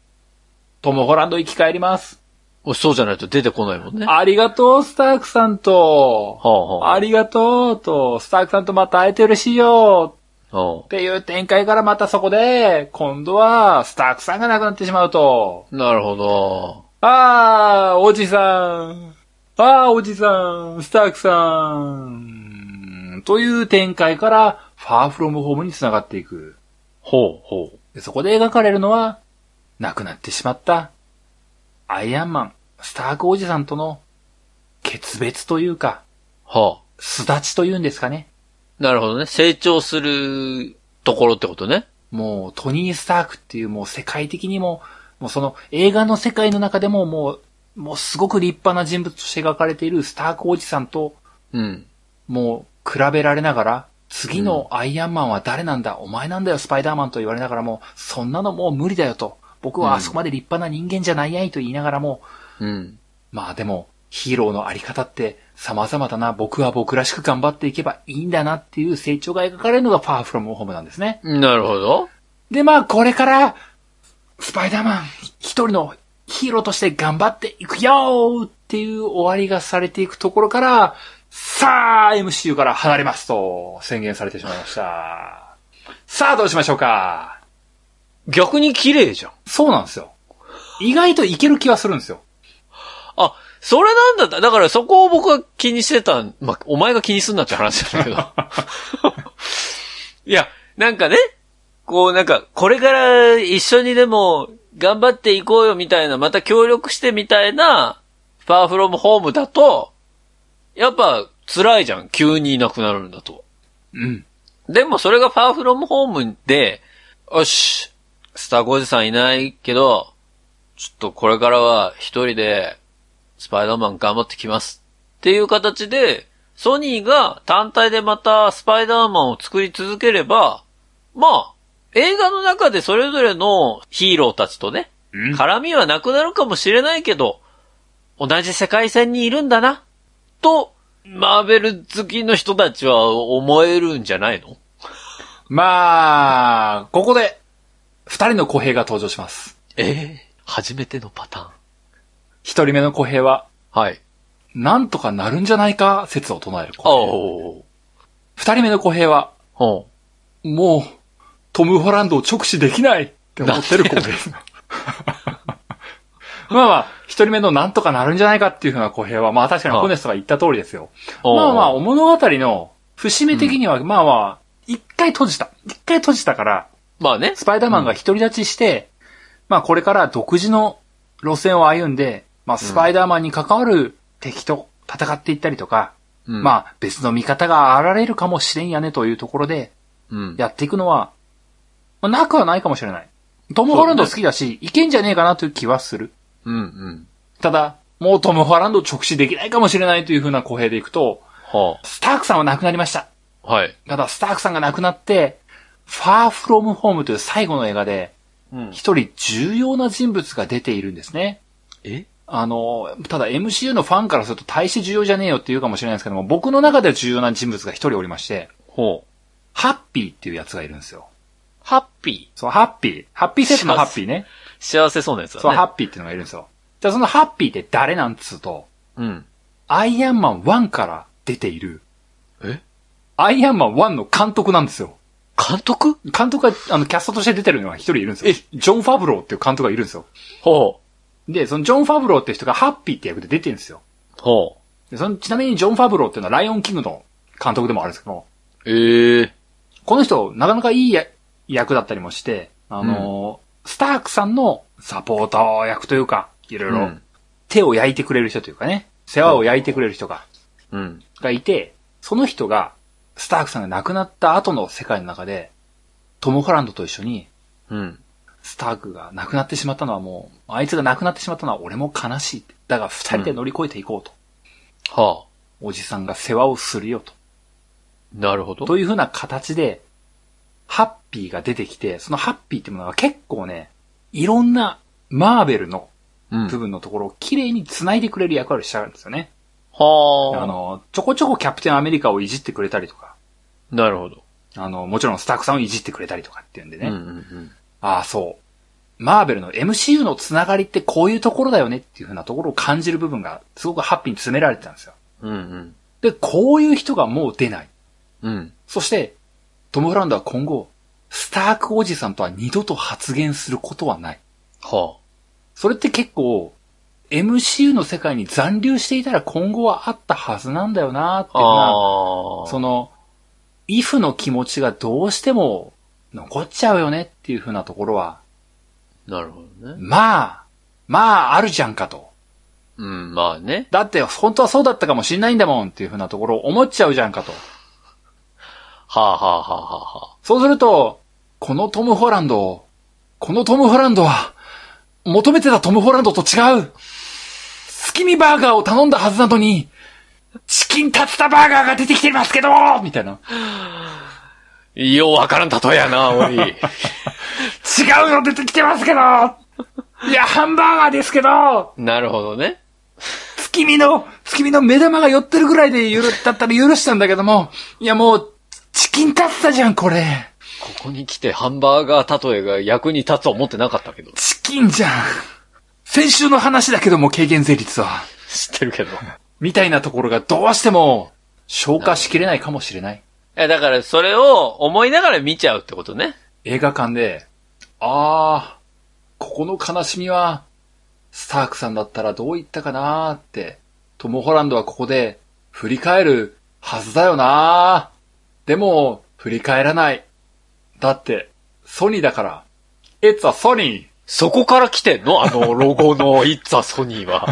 [SPEAKER 2] トム・ホランド生き返ります。
[SPEAKER 1] うお。そうじゃないと出てこないもんね。
[SPEAKER 2] ありがとう、スタークさんと、
[SPEAKER 1] ほうほう。
[SPEAKER 2] ありがとうと、スタークさんとまた会えて嬉しいよ
[SPEAKER 1] ほ
[SPEAKER 2] っていう展開からまたそこで、今度はスタークさんが亡くなってしまうと、
[SPEAKER 1] う。なるほど。
[SPEAKER 2] あー、おじさん、あー、おじさん、スタークさん、という展開から、ファーフロムホームに繋がっていく。
[SPEAKER 1] ほうほう。
[SPEAKER 2] でそこで描かれるのは、亡くなってしまった、アイアンマン、スタークおじさんとの、決別というか、
[SPEAKER 1] はあ。
[SPEAKER 2] 巣立ちというんですかね。
[SPEAKER 1] なるほどね。成長するところってことね。
[SPEAKER 2] もう、トニー・スタークっていうもう世界的にも、もうその映画の世界の中でももう、もうすごく立派な人物として描かれているスタークおじさんと、
[SPEAKER 1] うん。
[SPEAKER 2] もう比べられながら、次のアイアンマンは誰なんだ、お前なんだよ、スパイダーマンと言われながらも、そんなのもう無理だよと。僕はあそこまで立派な人間じゃないやいと言いながらも、
[SPEAKER 1] うん。
[SPEAKER 2] まあでも、ヒーローのあり方って様々だな、僕は僕らしく頑張っていけばいいんだなっていう成長が描かれるのがファーフロムホームなんですね。
[SPEAKER 1] なるほど。
[SPEAKER 2] で、まあこれから、スパイダーマン一人のヒーローとして頑張っていくよーっていう終わりがされていくところから、さあ MCU から離れますと宣言されてしまいました。さあどうしましょうか
[SPEAKER 1] 逆に綺麗じゃん。
[SPEAKER 2] そうなんですよ。意外といける気はするんですよ。
[SPEAKER 1] あ、それなんだった。だからそこを僕は気にしてたん。まあ、お前が気にすんなって話なんだけど。いや、なんかね、こうなんか、これから一緒にでも頑張っていこうよみたいな、また協力してみたいな、パワーフロムホームだと、やっぱ辛いじゃん。急にいなくなるんだと。
[SPEAKER 2] うん。
[SPEAKER 1] でもそれがパワーフロムホームで、よし、スターゴージさんいないけど、ちょっとこれからは一人で、スパイダーマン頑張ってきます。っていう形で、ソニーが単体でまたスパイダーマンを作り続ければ、まあ、映画の中でそれぞれのヒーローたちとね、
[SPEAKER 2] うん
[SPEAKER 1] 絡みはなくなるかもしれないけど、同じ世界線にいるんだな、と、マーベル好きの人たちは思えるんじゃないの
[SPEAKER 2] まあ、ここで、二人の小平が登場します。
[SPEAKER 1] ええ初めてのパターン。
[SPEAKER 2] 一人目の小平は、
[SPEAKER 1] はい。
[SPEAKER 2] なんとかなるんじゃないか説を唱える小平。
[SPEAKER 1] お
[SPEAKER 2] 二人目の小平は、
[SPEAKER 1] お。
[SPEAKER 2] もう、トム・ホランドを直視できないって思ってる子です。まあまあ、一人目のなんとかなるんじゃないかっていうふうな小平は、まあ確かにホネストが言った通りですよ。まあまあ、物語の節目的には、まあまあ、一回閉じた。一回閉じたから、
[SPEAKER 1] まあね。
[SPEAKER 2] スパイダーマンが独り立ちして、まあこれから独自の路線を歩んで、まあスパイダーマンに関わる敵と戦っていったりとか、
[SPEAKER 1] うん、
[SPEAKER 2] まあ別の味方が現れるかもしれんやねというところで、
[SPEAKER 1] うん。
[SPEAKER 2] やっていくのは、まあ、なくはないかもしれない。トム・ホランド好きだし、いけんじゃねえかなという気はする。
[SPEAKER 1] うん、うん。
[SPEAKER 2] ただ、もうトム・ホランドを直視できないかもしれないというふうな公平でいくと、
[SPEAKER 1] は
[SPEAKER 2] スタークさんは亡くなりました。
[SPEAKER 1] あ。はい。
[SPEAKER 2] ただ、スタークさんが亡くなって、ファー・フロム・ホームという最後の映画で、
[SPEAKER 1] うん。
[SPEAKER 2] 一人重要な人物が出ているんですね。
[SPEAKER 1] え
[SPEAKER 2] あの、ただ MCU のファンからすると大して重要じゃねえよって言うかもしれないですけども、僕の中では重要な人物が一人おりまして、
[SPEAKER 1] ほう。
[SPEAKER 2] ハッピーっていうやつがいるんですよ。
[SPEAKER 1] ハッピ
[SPEAKER 2] そう、ハッピー。ハッピーセットのハッピーね。
[SPEAKER 1] ー。幸せそうなやつだね。
[SPEAKER 2] そう、ハッピーっていうのがいるんですよ。じゃあそのハッピーって誰なんつうと、
[SPEAKER 1] うん。
[SPEAKER 2] アイアンマン1から出ている、
[SPEAKER 1] え
[SPEAKER 2] アイアンマン1の監督なんですよ。
[SPEAKER 1] 監督
[SPEAKER 2] 監督が、あの、キャストとして出てるのが一人いるんですよ。ジョン・ファブローっていう監督がいるんですよ。
[SPEAKER 1] ほ
[SPEAKER 2] で、そのジョン・ファブローって人がハッピーって役で出てるんですよ。
[SPEAKER 1] う。ほ
[SPEAKER 2] でそのちなみにジョン・ファブローっていうのはライオン・キングの監督でもあるんですけども、
[SPEAKER 1] う。ええ
[SPEAKER 2] この人、なかなかいいや役だったりもして、あのースタークさんのサポーター役というか、いろいろ手を焼いてくれる人というかね、世話を焼いてくれる人が、
[SPEAKER 1] うん。
[SPEAKER 2] がいて、その人が、スタークさんが亡くなった後の世界の中で、トム・ホランドと一緒に、
[SPEAKER 1] うん。
[SPEAKER 2] スタークが亡くなってしまったのはもう、あいつが亡くなってしまったのは俺も悲しい。だが二人で乗り越えていこうと。
[SPEAKER 1] はあ。
[SPEAKER 2] おじさんが世話をするよと。
[SPEAKER 1] なるほど。
[SPEAKER 2] というふうな形で、ハッピーが出てきて、そのハッピーってものが結構ね、いろんなマーベルの
[SPEAKER 1] うん
[SPEAKER 2] 部分のところを綺麗に繋いでくれる役割をしちゃうんですよね。あ
[SPEAKER 1] はあ。
[SPEAKER 2] の、ちょこちょこキャプテンアメリカをいじってくれたりとか、
[SPEAKER 1] なるほど。
[SPEAKER 2] あの、もちろんスタッフさんをいじってくれたりとかっていうんでね。
[SPEAKER 1] うんうんうん。
[SPEAKER 2] ああ、そう。マーベルの MCU のつながりってこういうところだよねっていうふうなところを感じる部分がすごくハッピーに詰められてたんですよ。
[SPEAKER 1] うん
[SPEAKER 2] で、こういう人がもう出ない。
[SPEAKER 1] うん。うん。
[SPEAKER 2] そして、トム・フランドは今後、スタークおじさんとは二度と発言することはない。
[SPEAKER 1] は
[SPEAKER 2] それって結構、MCU の世界に残留していたら今後はあったはずなんだよなって
[SPEAKER 1] あ。
[SPEAKER 2] いうふうな
[SPEAKER 1] ああ。
[SPEAKER 2] その、イフの気持ちがどうしても残っちゃうよねっていう風なところは、
[SPEAKER 1] なるほどね。
[SPEAKER 2] まあ、まああるじゃんかと。
[SPEAKER 1] うん、まあね。
[SPEAKER 2] だって本当はそうだったかもしんないんだもんっていう風なところを思っちゃうじゃんかと。
[SPEAKER 1] はあはあはあはあはあ。
[SPEAKER 2] そうすると、このトム・ホランドを、このトム・ホランドは、求めてたトム・ホランドと違う月見バーガーを頼んだはずなのに、チキンタツタバーガーが出てきてますけどみたいな。
[SPEAKER 1] ようわからん例えや (laughs) な、おい。
[SPEAKER 2] 違うの出てきてますけどいや、ハンバーガーですけど
[SPEAKER 1] なるほどね。
[SPEAKER 2] 月見の、月見の目玉が寄ってるぐらいで許、だったら許したんだけども、いやもう、チキンタツタじゃん、これ。
[SPEAKER 1] ここに来てハンバーガー例えが役に立つと思ってなかったけど。
[SPEAKER 2] チキンじゃん。先週の話だけども、軽減税率は。
[SPEAKER 1] 知ってるけど。
[SPEAKER 2] みたいなところがどうしても、消化しきれないかもしれない。
[SPEAKER 1] え、だからそれを思いながら見ちゃうってことね。
[SPEAKER 2] 映画館で、あー、ここの悲しみは、スタークさんだったらどう言ったかなーって、トム・ホランドはここで、振り返るはずだよなー。でも、振り返らない。だって、ソニーだから。It's a Sony!
[SPEAKER 1] そこから来てんのあのロゴの It's a Sony (laughs) は。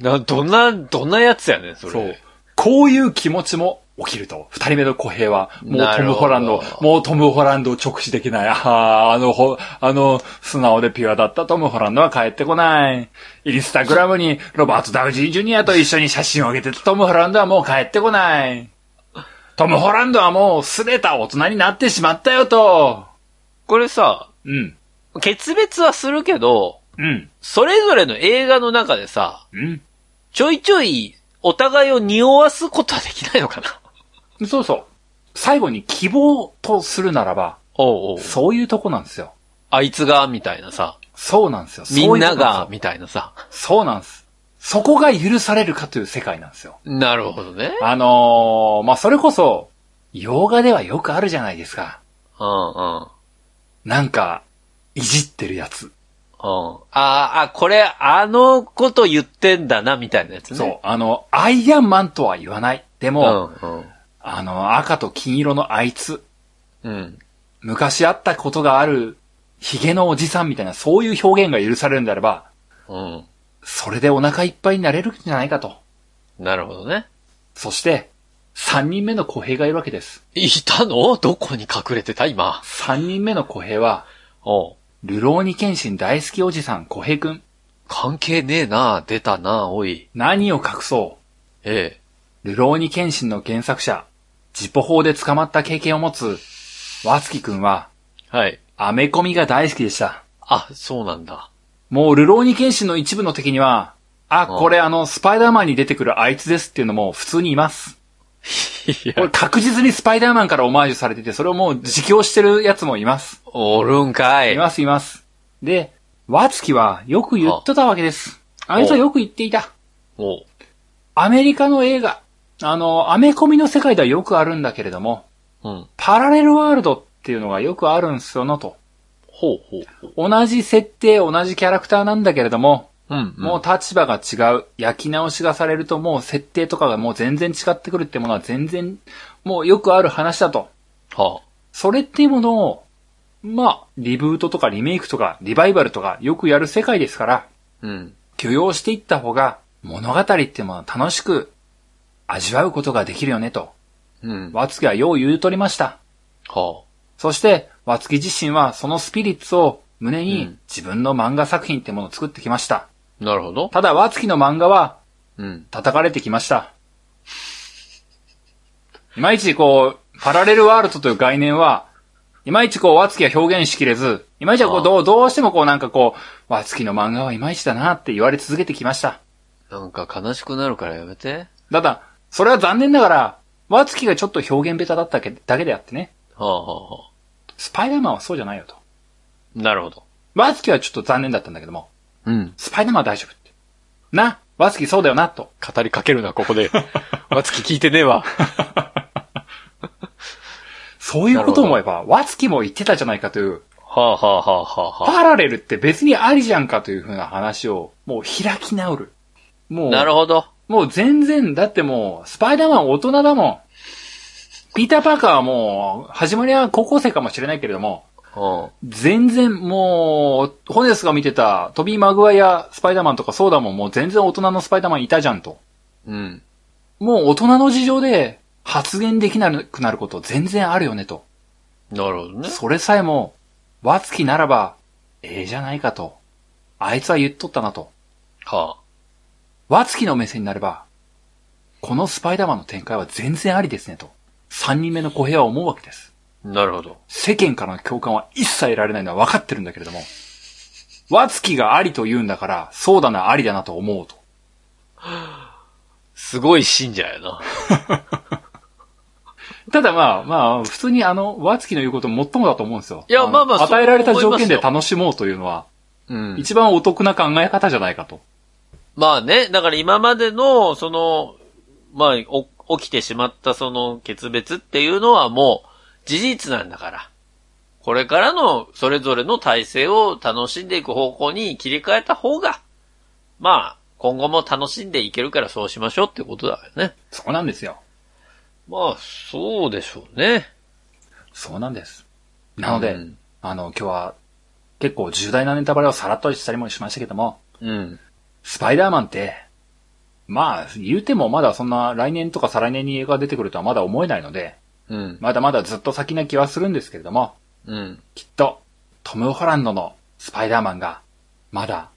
[SPEAKER 1] な、どんな、どんなやつやねん、それ。
[SPEAKER 2] そう。こういう気持ちも起きると。二人目の小平は、もう
[SPEAKER 1] な
[SPEAKER 2] ト
[SPEAKER 1] るほ
[SPEAKER 2] ム・
[SPEAKER 1] ど
[SPEAKER 2] ホランド、もうトム・ホランドを直視できない。ああ、あの、ほ、あの、素直でピュアだったトム・ホランドは帰ってこない。インスタグラムにロバート・ダウジー・ジュニアと一緒に写真を上げてたトム・ホランドはもう帰ってこない。トム・ホランドはもうすれた大人になってしまったよと。
[SPEAKER 1] これさ、
[SPEAKER 2] うん、
[SPEAKER 1] 決別はするけど、
[SPEAKER 2] うん、
[SPEAKER 1] それぞれの映画の中でさ、
[SPEAKER 2] うん。
[SPEAKER 1] ちょいちょいお互いを匂わすことはできないのかな
[SPEAKER 2] そうそう。最後に希望とするならば、
[SPEAKER 1] おうおう。
[SPEAKER 2] そういうとこなんですよ。
[SPEAKER 1] あいつが、みたいなさ。
[SPEAKER 2] そうなんですよ。
[SPEAKER 1] みんな
[SPEAKER 2] そういうとこ
[SPEAKER 1] が、
[SPEAKER 2] んですよ
[SPEAKER 1] みたいなさ。
[SPEAKER 2] そうなんです。そこが許されるかという世界なんですよ。
[SPEAKER 1] なるほどね。
[SPEAKER 2] あのー、まあ、それこそ、洋画ではよくあるじゃないですか。
[SPEAKER 1] うんうん。
[SPEAKER 2] なんか、いじってるやつ。
[SPEAKER 1] うん。ああ、あ、これ、あのこと言ってんだな、みたいなやつね。
[SPEAKER 2] そう。あの、アイアンマンとは言わない。で
[SPEAKER 1] う
[SPEAKER 2] も、
[SPEAKER 1] んうん。
[SPEAKER 2] あの、赤と金色のあいつ、
[SPEAKER 1] うん。
[SPEAKER 2] 昔あったことがある、ヒゲのおじさんみたいな、そういう表現が許されるんであれば、
[SPEAKER 1] うん。
[SPEAKER 2] それでお腹いっぱいになれるんじゃないかと。
[SPEAKER 1] なるほどね。
[SPEAKER 2] そして、三人目の小平がいるわけです。
[SPEAKER 1] いたのどこに隠れてた今。
[SPEAKER 2] 三人目の小平は、
[SPEAKER 1] おう
[SPEAKER 2] ルローニケンシン大好きおじさん小平くん。
[SPEAKER 1] 関係ねえな、出たな、おい。
[SPEAKER 2] 何を隠そ
[SPEAKER 1] ええ。
[SPEAKER 2] う。ルローニケンシンの原作者、ジポ法で捕まった経験を持つ、ワツキくんは、
[SPEAKER 1] はい。
[SPEAKER 2] アメコミが大好きでした。
[SPEAKER 1] あ、そうなんだ。
[SPEAKER 2] もうルローニケンシンの一部の敵には、あ、
[SPEAKER 1] うん
[SPEAKER 2] これあの、スパイダーマンに出てくるあいつですっていうのも普通にいます。
[SPEAKER 1] い
[SPEAKER 2] これ
[SPEAKER 1] や、
[SPEAKER 2] 確実にスパイダーマンからオマージュされてて、それをもう自供してるやつもいます。
[SPEAKER 1] おるんかい。
[SPEAKER 2] いますいます。で、ワツキはよく言ってたわけです。あいつはよく言っていた。
[SPEAKER 1] おう
[SPEAKER 2] アメリカの映画、あの、アメコミの世界ではよくあるんだけれども、
[SPEAKER 1] うん。
[SPEAKER 2] パラレルワールドっていうのがよくあるんすよのと。
[SPEAKER 1] ほうほうほう。
[SPEAKER 2] 同じ設定、同じキャラクターなんだけれども、
[SPEAKER 1] うん、うん。
[SPEAKER 2] もう立場が違う、焼き直しがされるともう設定とかがもう全然違ってくるってものは全然、もうよくある話だと。
[SPEAKER 1] は
[SPEAKER 2] それっていうものを、まあ、リブートとかリメイクとかリバイバルとかよくやる世界ですから、
[SPEAKER 1] あ、うん。
[SPEAKER 2] 許容していった方が物語ってものを楽しく味わうことができるよねと、
[SPEAKER 1] うん。は
[SPEAKER 2] ワツキはよう言うとりました。
[SPEAKER 1] あ。
[SPEAKER 2] そして、ワツキ自身はそのスピリッツを胸
[SPEAKER 1] う
[SPEAKER 2] に
[SPEAKER 1] ん
[SPEAKER 2] 自分の漫画作品ってものを作ってきました。
[SPEAKER 1] なるほど。
[SPEAKER 2] ただ、ワツキの漫画は
[SPEAKER 1] うん。
[SPEAKER 2] 叩かれてきました。いまいちこう、パラレルワールドという概念は、いまいちこう、ワツキは表現しきれず、いまいちはこ
[SPEAKER 1] あ
[SPEAKER 2] う、
[SPEAKER 1] あ
[SPEAKER 2] どう、どうしてもこうなんかこう、ワツキの漫画はいまいちだなって言われ続けてきました。
[SPEAKER 1] なんか悲しくなるからやめて。
[SPEAKER 2] ただ、それは残念ながら、ワツキがちょっと表現ベタだったけだけであってね、
[SPEAKER 1] はあ、はあはあ、
[SPEAKER 2] スパイダーマンはそうじゃないよと。
[SPEAKER 1] なるほど。
[SPEAKER 2] ワツキはちょっと残念だったんだけども、
[SPEAKER 1] うん。
[SPEAKER 2] スパイダーマンは大丈夫って。な、ワツキそうだよな、と。
[SPEAKER 1] 語りかけるな、ここ (laughs) で。わつき聞いてねえわ。
[SPEAKER 2] そういうことを思えば、ワツキも言ってたじゃないかという、
[SPEAKER 1] はあ、はあはあはあはあ、
[SPEAKER 2] パラレルって別にありじゃんかというふうな話を、もう開き直る。もう、
[SPEAKER 1] なるほど。
[SPEAKER 2] もう全然、だってもう、スパイダーマン大人だもん。ピーター・パーカーはもう、始まりは高校生かもしれないけれども、
[SPEAKER 1] うん。
[SPEAKER 2] 全然もう、ホネスが見てた、トビー・マグワイア、スパイダーマンとかそうだもん、もう全然大人のスパイダーマンいたじゃんと。
[SPEAKER 1] うん。
[SPEAKER 2] もう大人の事情で発言できなくなること全然あるよねと。
[SPEAKER 1] なるほどね。
[SPEAKER 2] それさえも、ワツキならば、ええじゃないかと。あいつは言っとったなと。
[SPEAKER 1] は
[SPEAKER 2] ワツキの目線になれば、このスパイダーマンの展開は全然ありですねと。三人目の小平は思うわけです。
[SPEAKER 1] あ、なるほど。
[SPEAKER 2] 世間からの共感は一切得られないのは分かってるんだけれども、ワツキがありと言うんだから、そうだな、ありだなと思うと。
[SPEAKER 1] すごい信者やな。
[SPEAKER 2] ただまあまあ、普通にあの、ワツキの言うこともっともだと思うんですよ。
[SPEAKER 1] いや
[SPEAKER 2] の
[SPEAKER 1] まあまあそう
[SPEAKER 2] 与えられた
[SPEAKER 1] 思
[SPEAKER 2] 条
[SPEAKER 1] いま
[SPEAKER 2] 件
[SPEAKER 1] す
[SPEAKER 2] で
[SPEAKER 1] よ
[SPEAKER 2] 楽しもうというのは、
[SPEAKER 1] うん。
[SPEAKER 2] 一番お得な考え方じゃないかと。
[SPEAKER 1] まあね、だから今までの、その、まあ、お起きてしまったその決別っていうのはもう事実なんだから。これからのそれぞれの体制を楽しんでいく方向に切り替えた方が、まあ、今後も楽しんでいけるからそうしましょうってことだよね。
[SPEAKER 2] そうなんですよ。
[SPEAKER 1] まあ、そうでしょうね。
[SPEAKER 2] そうなんです。なので、
[SPEAKER 1] うん
[SPEAKER 2] あの、今日は結構重大なネタバレをさらっとしたりもしましたけども、
[SPEAKER 1] うん。
[SPEAKER 2] スパイダーマンって、まあ、言うてもまだそんな来年とか再来年に映画が出てくるとはまだ思えないので、
[SPEAKER 1] うん。
[SPEAKER 2] まだまだずっと先な気はするんですけれども、
[SPEAKER 1] うん。
[SPEAKER 2] きっと、トム・ホランドのスパイダーマンが、まだ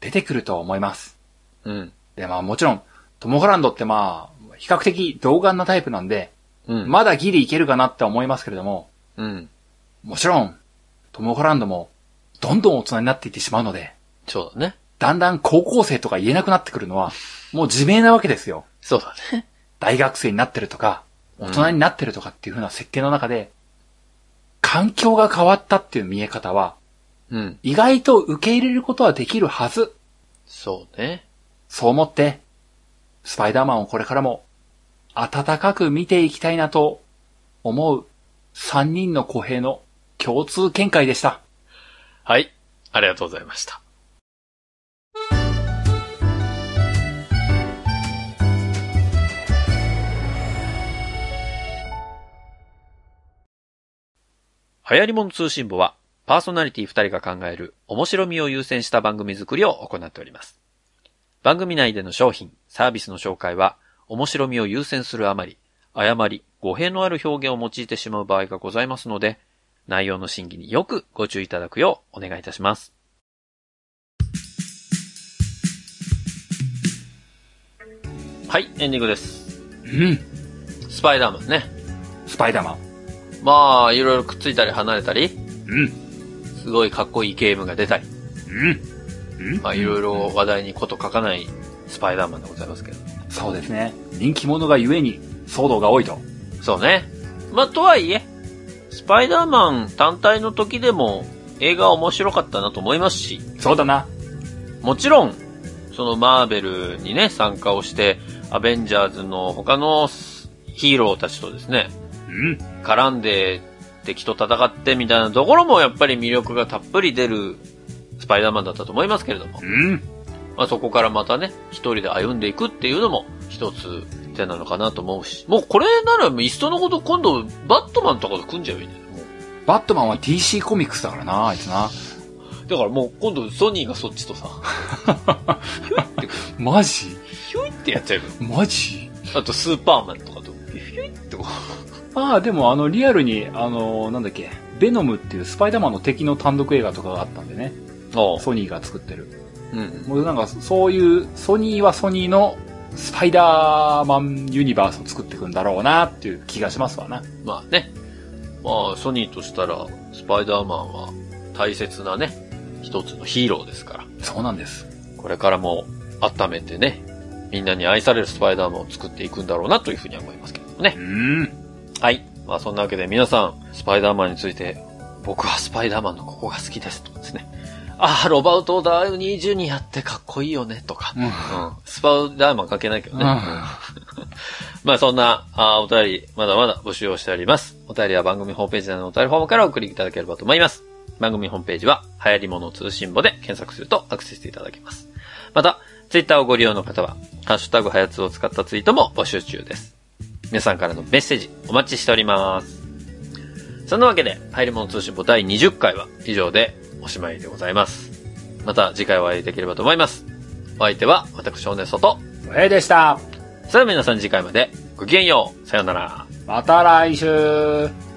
[SPEAKER 2] 出てくると思います。
[SPEAKER 1] うん。
[SPEAKER 2] で、まあもちろん、トム・ホランドってまあ、比較的童顔なタイプなんで、
[SPEAKER 1] うん。
[SPEAKER 2] まだギリいけるかなって思いますけれども、
[SPEAKER 1] うん。
[SPEAKER 2] もちろん、トム・ホランドも、どんどん大人になっていってしまうので、
[SPEAKER 1] そうだね。
[SPEAKER 2] だんだん高校生とか言えなくなってくるのは、もう自明なわけですよ。
[SPEAKER 1] そうだね。
[SPEAKER 2] 大学生になってるとか、
[SPEAKER 1] うん
[SPEAKER 2] 大人になってるとかっていう風な設定の中で、環境が変わったっていう見え方は、
[SPEAKER 1] うん。
[SPEAKER 2] 意外と受け入れることはできるはず。
[SPEAKER 1] そうね。
[SPEAKER 2] そう思って、スパイダーマンをこれからも、温かく見ていきたいなと思う3人の公平の共通見解でした。
[SPEAKER 1] はい。ありがとうございました。流行り物通信簿は、パーソナリティ2人が考える面白みを優先した番組作りを行っております。番組内での商品、サービスの紹介は、面白みを優先するあまり、誤り、語弊のある表現を用いてしまう場合がございますので、内容の審議によくご注意いただくようお願いいたします。はい、エンディングです。
[SPEAKER 2] うん、
[SPEAKER 1] スパイダーマンね。
[SPEAKER 2] スパイダーマン。
[SPEAKER 1] まあ、いろいろくっついたり離れたり、
[SPEAKER 2] うん、
[SPEAKER 1] すごいかっこいいゲームが出たり、
[SPEAKER 2] うん、うん。
[SPEAKER 1] まあ、いろいろ話題にこと書かないスパイダーマンでございますけど。
[SPEAKER 2] そうですね。人気者がゆえに騒動が多いと。
[SPEAKER 1] そうね。まあ、とはいえ、スパイダーマン単体の時でも映画は面白かったなと思いますし、
[SPEAKER 2] そうだな。
[SPEAKER 1] もちろん、そのマーベルにね、参加をして、アベンジャーズの他のヒーローたちとですね、
[SPEAKER 2] うん、
[SPEAKER 1] 絡んで敵と戦ってみたいなところもやっぱり魅力がたっぷり出るスパイダーマンだったと思いますけれども、
[SPEAKER 2] うん。
[SPEAKER 1] まあ、そこからまたね、一人で歩んでいくっていうのも一つ手なのかなと思うし、もうこれならいっそのこと今度バットマンとかと組んじゃえばいいんだよ。もう
[SPEAKER 2] バットマンは DC コミックスだからな、あいつな。
[SPEAKER 1] だからもう今度ソニーがそっちとさ、 (laughs)
[SPEAKER 2] マジ
[SPEAKER 1] ひょいってやっちゃえばいい
[SPEAKER 2] マジ
[SPEAKER 1] あとスーパーマンとかと、ひょいってこう
[SPEAKER 2] ああ、でもあの、リアルに、あの、なんだっけ、ベノムっていうスパイダーマンの敵の単独映画とかがあったんでね。
[SPEAKER 1] ああ
[SPEAKER 2] ソニーが作ってる。
[SPEAKER 1] うん。
[SPEAKER 2] もうなんか、そういう、ソニーはソニーのスパイダーマンユニバースを作っていくんだろうなっていう気がしますわな。
[SPEAKER 1] まあね。まあ、ソニーとしたら、スパイダーマンは大切なね、一つのヒーローですから。
[SPEAKER 2] そうなんです。
[SPEAKER 1] これからも温めてね、みんなに愛されるスパイダーマンを作っていくんだろうなというふうには思いますけどもね。
[SPEAKER 2] ん。 (laughs)
[SPEAKER 1] はい。まあそんなわけで皆さん、スパイダーマンについて、僕はスパイダーマンのここが好きですとかですね。ああ、ロバート・ダウニー・ジュニアってかっこいいよねとか。
[SPEAKER 2] うん。
[SPEAKER 1] うん。スパイダーマン関係ないけどね。うん (laughs) まあそんなあーお便り、まだまだ募集をしております。お便りは番組ホームページなどのお便りフォームからお送りいただければと思います。番組ホームページは、流行り物通信簿で検索するとアクセスしていただけます。また、ツイッターをご利用の方は、ハッシュタグはやつを使ったツイートも募集中です。皆さんからのメッセージお待ちしております。そんなわけで、流行り物通信簿第20回は以上でおしまいでございます。また次回お会いできればと思います。お相手は、私、おねそと、
[SPEAKER 2] おへいでした。
[SPEAKER 1] それでは皆さん次回までごきげんよう。さようなら。
[SPEAKER 2] また来週。